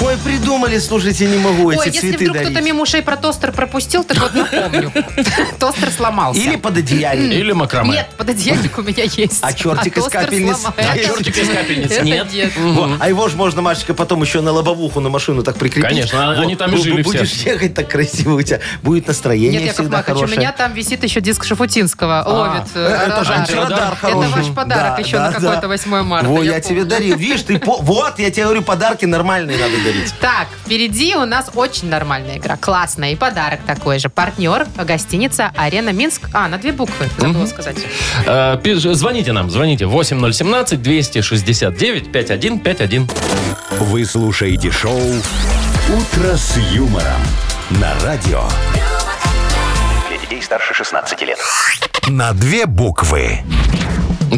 S4: Ой, придумали, слушайте, не могу эти
S3: Ой, если
S4: цветы
S3: вдруг кто-то
S4: дарить.
S3: мимо ушей про тостер пропустил, так вот напомню. Тостер сломался.
S4: Или под одеяльник.
S2: Или макраме.
S3: Нет, пододеяльник у меня есть.
S4: А чертик из
S3: тостер
S4: капельниц?
S3: сломался.
S4: А
S2: чертик из капельниц?
S3: Это
S2: Нет.
S4: Во, А его же можно, Машечка, потом еще на лобовуху, на машину так прикрепить.
S2: Конечно, а они там и
S4: бу- бу-
S2: жили
S4: Будешь
S2: все.
S4: ехать так красиво, у тебя будет настроение
S3: Нет, Яков
S4: всегда
S3: Маркович, у
S4: хорошее.
S3: меня там висит еще диск Шафутинского. Ловит.
S4: Э,
S3: э,
S4: Это же
S3: радар.
S4: антирадар
S3: Это
S4: хороший.
S3: ваш подарок
S4: Да,
S3: еще
S4: да,
S3: на какое-то
S4: да.
S3: 8 марта.
S4: Во, я,
S3: помню.
S4: тебе дарил. Видишь, ты по- вот, я тебе говорю, подарки нормальные надо дарить.
S3: Так, впереди у нас очень нормальная игра. Классная. И подарок такой же. Партнер, гостиница «Арена Минск». А, на две буквы. Забыла сказать.
S2: Э, пиш- Звоните нам, звоните 8017-269-5151.
S1: Вы слушаете шоу «Утро с юмором» на радио.
S5: Для детей старше 16 лет.
S1: На две буквы.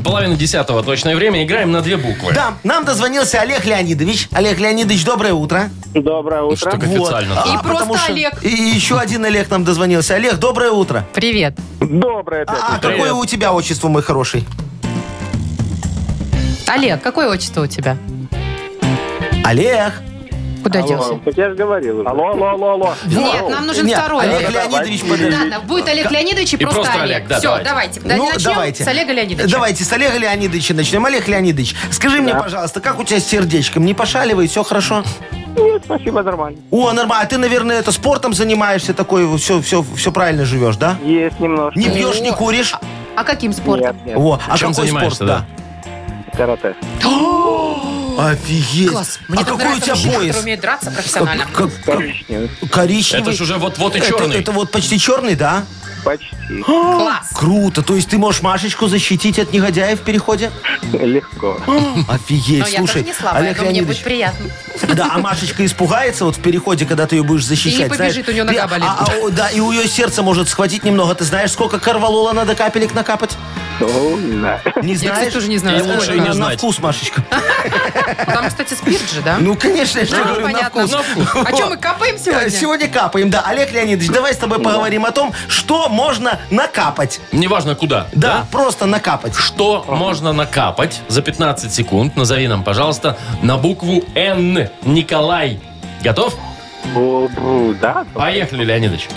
S2: Половина десятого точное время, играем на две буквы.
S4: Да, нам дозвонился Олег Леонидович. Олег Леонидович, доброе утро. А,
S6: Доброе
S2: Ну, Что
S6: утро.
S2: так официально?
S3: И
S4: потому
S3: просто
S4: что-
S3: Олег.
S4: И еще один Олег нам дозвонился. Олег, доброе утро.
S3: Привет.
S6: Доброе
S4: А, а
S6: пятница.
S4: какое у тебя отчество, мой хороший?
S3: Олег, какое отчество у тебя?
S4: Олег.
S3: Куда делся?
S6: Алло, так я же говорил. Алло, алло, алло, алло.
S3: Нет, нам нужен
S4: Нет,
S3: второй.
S4: Олег
S3: Олег.
S4: Леонидович подарил.
S3: Ладно, будет Олег Леонидович и,
S2: И
S3: просто
S2: просто
S3: Олег.
S2: Олег, да,
S3: Все,
S2: давайте.
S3: давайте. Да,
S4: Ну,
S3: начнем
S4: давайте.
S3: с Олега Леонидовича.
S4: Давайте с Олега Леонидовича начнем. Олег Леонидович, скажи мне, пожалуйста, как у тебя с сердечком? Не пошаливает, все хорошо?
S6: Нет, спасибо, нормально.
S4: О, нормально. А ты, наверное, это спортом занимаешься такой, все, все, все правильно живешь, да?
S6: Есть немножко.
S4: Не пьешь, не
S3: О.
S4: куришь?
S3: А каким спортом?
S6: Нет, нет,
S4: О, а
S2: Чем
S4: какой спорт,
S2: занимаешься, да?
S4: да?
S6: карате.
S4: Офигеть.
S3: Класс.
S4: А
S3: Мне так
S4: какой у
S3: нравятся
S4: тебя
S3: мужчины, которые
S4: пояс?
S3: умеют драться профессионально.
S4: Как- как-
S6: Коричневый.
S4: Коричневый.
S2: Это ж уже вот-вот и
S4: Это-
S2: черный.
S4: Это вот почти черный, да?
S6: Почти.
S3: Класс.
S4: Круто. То есть ты можешь Машечку защитить от негодяев в переходе?
S6: Легко.
S4: Офигеть,
S3: Но я тоже
S4: слушай,
S3: не слабая,
S4: Олег
S3: но мне будет
S4: Леонидович,
S3: приятно.
S4: Да, а Машечка испугается вот в переходе, когда ты ее будешь защищать.
S3: И не побежит,
S4: знаешь.
S3: у неё нога
S4: Ты- а-
S3: болит.
S4: а, о, да, и у ее сердце может схватить немного. Ты знаешь, сколько корвалола надо капелек накапать? Не
S3: Я, кстати,
S4: знаешь?
S3: тоже не знаю,
S4: Э,
S3: сколько
S4: э,
S2: она.
S4: на вкус, Машечка.
S3: Ну, Там, кстати, спирт же, да?
S4: Ну, конечно, я же тебе
S3: Ну,
S4: говорю, на
S3: понятно.
S4: вкус.
S2: На вкус.
S3: А что, мы капаем
S4: Э,
S3: сегодня?
S4: Сегодня капаем, да. Олег Леонидович, давай с тобой поговорим о том, что можно накапать.
S2: Неважно куда.
S4: Да, просто накапать.
S2: Что можно накапать за 15 секунд? Назови нам, пожалуйста, на букву Н. Николай. Готов?
S9: О, бру, да?
S2: Поехали, Леонидович.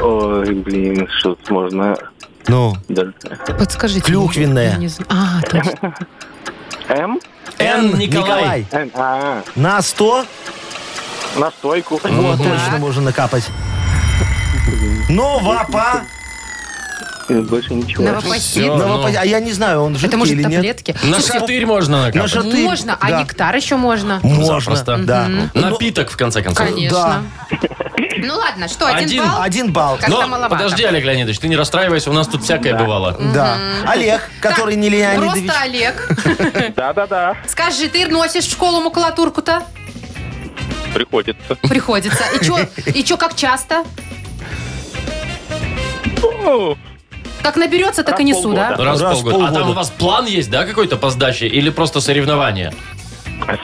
S9: Ой, блин, что тут можно...
S4: Ну,
S9: Да.
S3: Подскажите.
S4: Клюквенная.
S3: Я не знаю. А, точно.
S9: М?
S2: Н. Николай.
S4: Николай.
S9: Н, а,
S4: На 100
S9: на стойку.
S4: Вот, точно можно накапать. Новопа.
S9: Больше ничего.
S2: Всё,
S3: Новопосит.
S4: Новопа-
S2: ну.
S4: А я не знаю, он
S3: Это,
S4: жидкий
S3: может,
S4: или нет.
S3: таблетки?
S2: На шатырь можно накапать.
S4: На шатырь,
S3: Можно, а
S4: да.
S3: нектар еще можно.
S4: ну, Можно,
S2: Запросто.
S4: да. Ну,
S2: Напиток, в конце концов.
S3: Конечно. Ну ладно, что, один
S2: Один.
S3: балл?
S4: Один балл.
S3: Как-то
S2: Но
S3: маловато.
S2: подожди, Олег Леонидович, ты не расстраивайся, у нас тут всякое бывало.
S4: Да. Ну, Олег, который не Леонидович.
S3: Просто Олег.
S9: Да-да-да,
S3: Скажи, ты носишь в школу макулатурку-то?
S9: приходится.
S3: Приходится. И чё, и чё, как часто?
S9: О,
S3: Как наберется, так и
S9: Раз в
S3: несу, да?
S9: полгода.
S2: Раз,
S4: Раз
S2: в
S4: в
S2: полгода. А там
S4: полгода.
S2: у вас план есть, да, какой-то по сдаче? Или просто соревнование?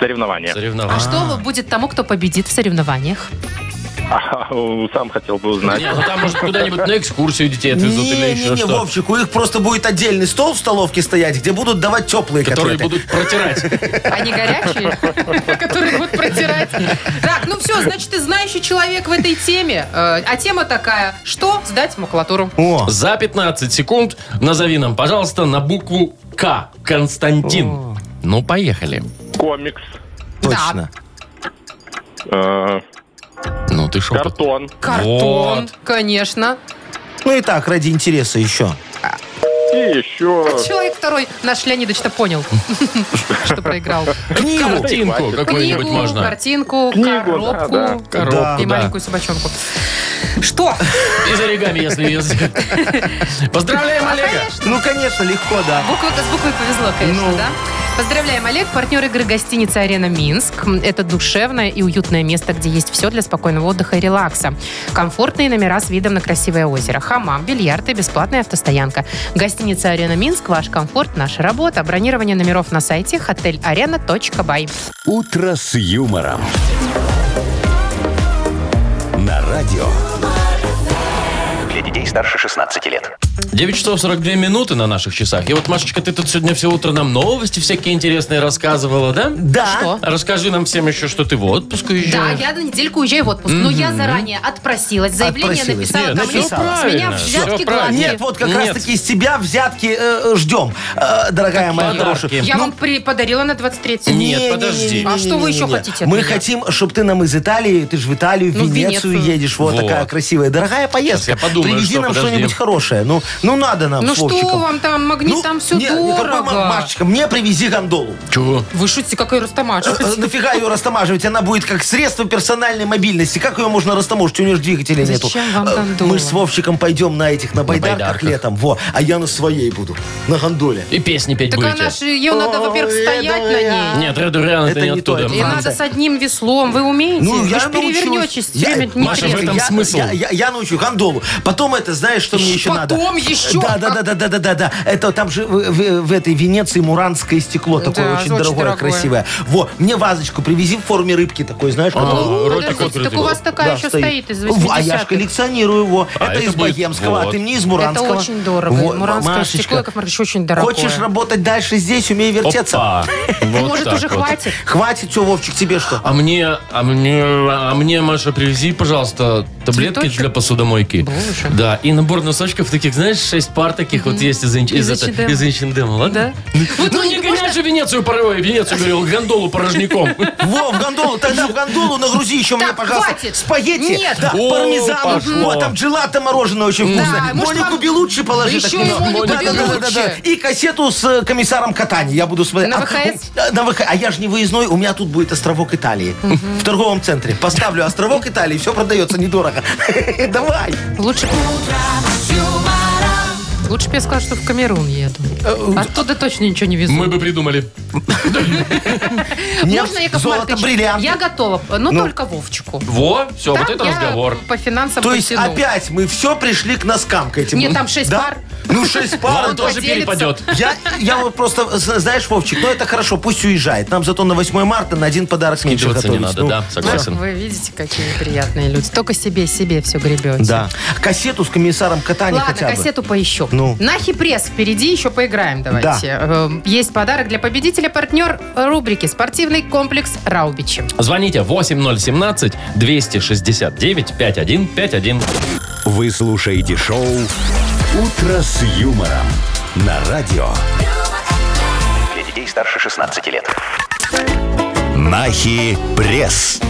S9: Соревнования.
S3: А
S2: Соревнование.
S3: что будет тому, кто победит в соревнованиях?
S9: А, Сам хотел бы узнать.
S2: Нет, ну там, может, куда-нибудь на экскурсию детей отвезут или еще
S4: Не-не-не,
S2: что.
S4: Вовчик, у них просто будет отдельный стол в столовке стоять, где будут давать теплые
S2: Которые
S4: котлеты.
S2: будут протирать.
S3: Они горячие, которые будут протирать. Так, ну все, значит, ты знающий человек в этой теме. Э, А тема такая, что сдать макулатуру?
S4: О,
S2: За 15 секунд назови нам, пожалуйста, на букву К. Константин. Ну, поехали.
S9: Комикс,
S4: точно.
S9: э,
S2: Ну, ты шо? тут?
S9: картон,
S3: Картон, конечно.
S4: Ну и так, ради интереса еще.
S9: и еще...
S3: Человек второй, наш Леонидович-то понял, что проиграл.
S4: Книгу.
S2: Картинку какую-нибудь
S3: Книгу,
S2: можно.
S3: картинку,
S9: Книгу, да, да.
S3: коробку
S2: Коробку,
S3: и
S2: да.
S3: маленькую собачонку. Что?
S2: И за регами, если есть.
S3: А,
S2: Поздравляем, Олега!
S4: Ну, конечно, легко, да.
S3: Буква с буквой повезло, конечно,
S9: Ну.
S3: да? Поздравляем, Олег, партнер игры гостиница «Арена Минск». Это душевное и уютное место, где есть все для спокойного отдыха и релакса. Комфортные номера с видом на красивое озеро, хамам, бильярд и бесплатная автостоянка. Гостиница «Арена Минск» – ваш комфорт, наша работа. Бронирование номеров на сайте hotelarena.by.
S1: «Утро с юмором». На радио.
S5: Для детей старше 16 лет.
S2: 9 часов 42 минуты на наших часах. И вот, Машечка, ты тут сегодня все утро нам новости всякие интересные рассказывала, да?
S4: Да.
S3: Что?
S2: Расскажи нам всем еще, что ты в отпуск
S3: Да,
S2: уезжаешь.
S3: я на недельку уезжаю в отпуск, но я заранее отпросилась, заявление
S4: Отпросилась.
S3: написала
S2: Нет,
S3: ко
S2: ну
S3: мне,
S2: всё
S3: с меня
S2: правильно, всё
S3: взятки
S2: правильно.
S3: гладкие.
S4: Нет, вот как
S2: Нет.
S4: раз-таки из тебя взятки э, э, ждем, э, дорогая моя
S2: подарки?
S4: хорошая. Ну,
S3: Я вам при- подарила на 23
S2: Нет, подожди.
S3: А что вы еще хотите от
S4: Мы
S3: меня?
S4: хотим, чтобы ты нам из Италии, ты же в Италию, в
S3: Ну, в
S4: Венецию
S3: Венецию.
S4: едешь. Вот,
S2: Вот.
S4: такая красивая. Дорогая поездка.
S2: я подумаю,
S4: Привези
S2: что,
S4: нам
S2: подожди.
S4: что-нибудь хорошее. Ну, ну надо нам
S3: Ну
S4: с Вовчиком.
S3: что вам там, магнит, там все
S4: не, не, какой
S3: дорого.
S4: ма- Машечка, мне привези гондолу.
S2: Чего?
S3: Вы шутите, какой Растамаш?
S4: Э, э, Нафига ее растамаживать? Она будет как средство персональной мобильности. Как ее можно растаможить? У нее же двигателя нету.
S3: Зачем вам
S4: Э,
S3: гондола?
S4: Мы ж с Вовчиком пойдем на этих, на байдарках,
S2: байдарках.
S4: летом. Во, а я на своей буду. На гондоле.
S2: И песни петь
S3: Так
S2: будете.
S3: она же, ее надо, во-первых,
S4: Ой,
S3: стоять на
S4: давай.
S3: ней.
S2: Нет, Red Durian это
S4: Это
S2: не
S4: не то,
S2: оттуда.
S4: это
S3: И
S4: не
S3: надо
S4: Франция.
S3: с одним веслом. Вы умеете? Вы Ну, ж
S4: Ну, научусь.
S3: перевернетесь.
S4: Я-
S3: Теми- не
S2: Маша, в
S3: трезво.
S2: этом
S4: я,
S2: смысл.
S4: Я, я- я научу гондолу. Потом это, знаешь, что мне еще надо?
S3: Потом еще?
S4: Да, да, да, да, да, да, да, да. Это там же в, в- в этой Венеции муранское стекло такое
S3: Да,
S4: очень,
S3: очень
S4: дорогое,
S3: дорогое.
S4: красивое. Во, мне вазочку привези в форме рыбки такой, знаешь, которая-
S3: О,
S2: Рот
S3: Ну, подождите,
S2: такой
S3: так у
S2: открытый.
S3: вас такая
S4: Да,
S3: еще А. стоит из
S4: Во, А я
S3: 80-х.
S4: же коллекционирую его.
S2: А,
S4: это,
S2: это
S4: из
S2: будет-
S4: Богемского,
S2: вот.
S4: а ты мне из
S3: Это
S4: Муранского.
S3: очень дорого.
S4: Во,
S3: Муранское
S4: Машечка,
S3: стекло, как Маркович, очень дорогое. А
S4: Хочешь работать дальше здесь, умей вертеться?
S2: Опа. Вот
S3: Может,
S2: так
S3: уже
S2: вот.
S3: хватит?
S4: Хватит все, Вовчик, тебе что?
S2: А мне, а мне, а мне, Маша, привези, пожалуйста, таблетки
S3: Цветочек?
S2: для посудомойки.
S3: Боже.
S2: Да, и набор носочков таких, знаешь, шесть пар таких вот есть из, H&M.
S3: Из
S2: из, это-
S3: H&M.
S2: из H&M, ладно?
S3: Вот
S2: Ну,
S3: вы
S2: не
S3: не
S2: гоняй же Венецию порой, Венецию, говорил, гондолу порожняком.
S4: Во, в гондолу, тогда в гондолу нагрузи еще мне,
S3: Так,
S4: пожалуйста,
S3: хватит.
S4: спагетти,
S3: Нет.
S4: да,
S2: О,
S4: пармезану,
S2: пошло.
S4: вот там джелато мороженое очень
S3: Да,
S4: вкусное.
S3: может, вам-
S4: Монику Белуччи
S3: Да
S4: положи. так
S3: еще и
S4: немного.
S3: Монику
S4: Да, да, да, да, да, да.
S3: Беллуччи.
S4: И кассету с э, комиссаром Катани я буду смотреть.
S3: На
S4: А,
S3: ВХС?
S4: у- э, на ВХ, а я же не выездной, у меня тут будет островок Италии. В торговом центре. Поставлю островок Италии, все продается недорого. Давай.
S3: Лучше... Лучше бы я сказала, что в Камерун еду. Оттуда точно ничего не везут.
S2: Мы бы придумали.
S4: Нет,
S3: Можно, Яков
S4: золото,
S3: Маркович?
S4: бриллианты.
S3: Я готова, но
S4: Ну.
S3: только Вовчику.
S2: Во, все,
S3: Там
S2: вот это
S3: я
S2: разговор.
S3: по финансам
S4: То есть
S3: потяну.
S4: опять мы все пришли к носкам к этим.
S3: Нет, там шесть
S4: Да?
S3: пар.
S4: Ну, шесть пар.
S2: Он
S4: это-
S2: тоже
S3: поделится.
S2: перепадет.
S4: Я, я вот просто, з- знаешь, Вовчик, ну это хорошо, пусть уезжает. Нам зато на 8 марта на один подарок меньше
S2: Скидываться не
S4: готовить.
S2: надо,
S4: Ну,
S2: да, согласен.
S3: Вы видите, какие приятные люди. Только себе, себе все гребете.
S4: Да. Кассету с комиссаром кота не
S3: Ладно,
S4: хотя бы.
S3: кассету поищу.
S4: Ну.
S3: На хипресс впереди еще поиграем давайте. Эм, Есть подарок для победителя, партнер рубрики «Спортивный комплекс Раубичи».
S2: Звоните 8017-269-5151.
S1: Вы слушаете шоу «Утро с юмором» на радио.
S5: Для детей старше 16 лет.
S1: Нахи пресс.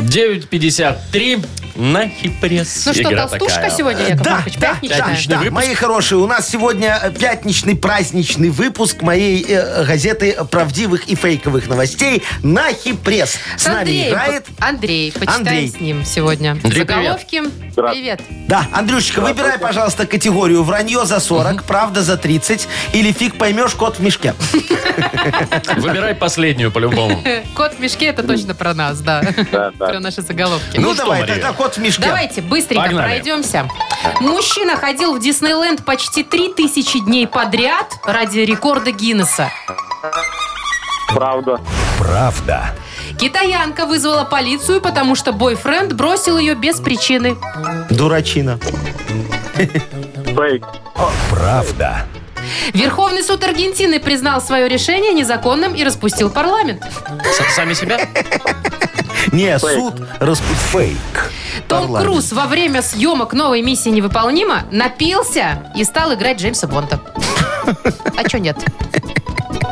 S2: 9.53 на хипресс.
S3: Ну что,
S2: Игра
S3: толстушка
S2: такая.
S3: сегодня, Яков Маркович, пятничная?
S2: Пятничный выпуск.
S4: мои хорошие, у нас сегодня э, пятничный праздничный выпуск моей э, газеты правдивых и фейковых новостей «Нахи Пресс». С, нами
S3: Андреем.
S4: играет...
S3: Андрей, почитаем
S4: Андрей.
S3: с ним сегодня.
S2: Андрей, привет.
S3: Заголовки. Привет.
S4: Да, Андрюшечка, выбирай, пожалуйста, категорию «Вранье за 40», «Правда за 30» или «Фиг поймешь, кот в мешке».
S2: Выбирай последнюю по-любому.
S3: Кот в мешке, это точно про нас, да. Про наши заголовки.
S4: Ну,
S2: что,
S4: давай,
S2: Мария?
S4: тогда кот в мешке.
S3: Давайте быстренько
S2: Погнали.
S3: пройдемся. Мужчина ходил в Диснейленд почти 3000 дней подряд ради рекорда Гиннесса.
S6: Правда.
S1: Правда.
S3: Китаянка вызвала полицию, потому что бойфренд бросил ее без причины.
S4: Дурачина.
S6: Фейк.
S1: Правда.
S3: Верховный суд Аргентины признал свое решение незаконным и распустил парламент.
S2: С- Сами себя?
S4: Не, суд распу-
S1: Фейк.
S3: Том
S4: Парламент.
S3: Круз во время съемок новой миссии невыполнима напился и стал играть Джеймса Бонда. А чё нет?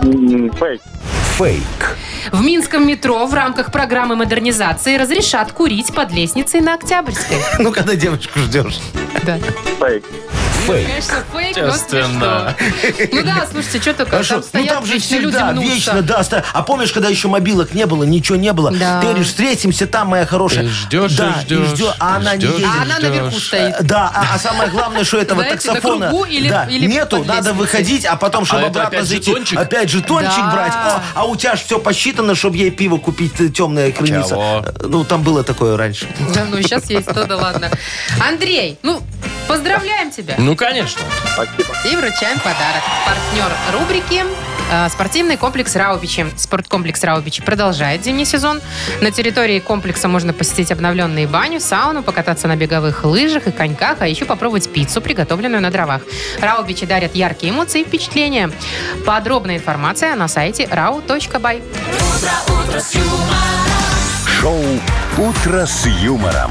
S6: М, Фейк.
S1: Фейк.
S3: В Минском метро в рамках программы модернизации разрешат курить под лестницей на Октябрьской.
S4: Ну, когда девочку ждешь.
S3: Да.
S6: Фейк.
S1: Фейк.
S3: Конечно, фейк, но
S2: Естественно.
S3: смешно. Ну да, слушайте, что такое?
S4: Хорошо,
S3: Там стоят
S4: ну там же
S3: вечно люди
S4: всегда,
S3: мнутся.
S4: вечно, да. ста- А помнишь, когда еще мобилок не было, ничего не было?
S3: Да.
S4: Ты говоришь, встретимся там, моя хорошая.
S2: И ждешь,
S4: да,
S2: и ждешь,
S4: и ждё- а она
S2: ждешь.
S4: не едет.
S3: А она наверху
S2: Ждешь.
S3: стоит.
S4: Да, а, а самое главное, что этого
S3: Знаете, на
S4: таксофона
S3: кругу или-
S4: да,
S3: или
S4: нету,
S3: под
S4: надо
S3: лестницей.
S4: выходить, а потом, чтобы
S2: А это
S4: обратно
S2: опять
S4: зайти,
S2: жетончик?
S4: опять жетончик
S3: Да.
S4: брать. О, а у тебя же все посчитано, чтобы ей пиво купить, э, темная крыница.
S2: А Чего?
S4: Э, Ну, там было такое раньше.
S3: Да, ну сейчас есть, то да ладно. Андрей, ну, поздравляем тебя
S2: Ну, конечно.
S3: и вручаем подарок. Партнер рубрики э, спортивный комплекс Раубичи. Спорткомплекс Раубичи продолжает зимний сезон. На территории комплекса можно посетить обновленные баню, сауну, покататься на беговых лыжах и коньках, а еще попробовать пиццу, приготовленную на дровах. Раубичи дарят яркие эмоции и впечатления. Подробная информация на сайте rau.by.
S1: Шоу «Утро с юмором».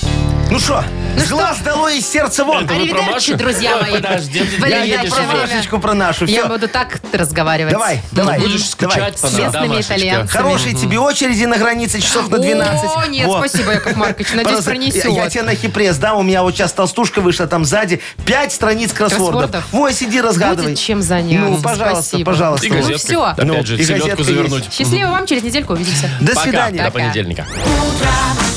S4: Ну что, с глаз долой из сердца вон.
S2: Это вы про
S3: Аривидерчи,
S2: Машу?
S3: друзья
S2: Ой,
S3: мои.
S2: подожди,
S3: В
S2: я
S4: Я, я
S2: едешь
S3: ближайшее
S4: про
S2: уже.
S3: время.
S4: Машечку, про нашу.
S3: Я
S4: всё.
S3: буду так разговаривать.
S4: Давай, давай.
S3: Ну,
S2: Будешь
S4: давай.
S2: скучать по нам,
S3: С
S2: да,
S3: местными
S2: Машечка?
S3: итальянцами.
S4: Хорошие тебе очереди на границе часов на 12.
S3: О, нет,
S4: Во.
S3: спасибо, Яков Маркович. Надеюсь,
S4: Просто
S3: пронесет.
S4: Я, я тебе на хипресс дам, у меня вот сейчас толстушка вышла там сзади. Пять страниц кроссвордов.
S3: Кроссвордов?
S4: Во, сиди, разгадывай.
S3: Будет чем заняться.
S4: Ну, пожалуйста,
S3: Спасибо.
S4: пожалуйста.
S2: И
S3: Ну,
S2: газетка.
S3: всё.
S2: Опять
S4: Ну,
S2: же,
S4: и
S2: селедку
S4: газетка
S2: завернуть.
S3: Счастливо вам, через недельку увидимся.
S4: До
S2: Пока,
S4: свидания.
S2: до понедельника.
S11: утро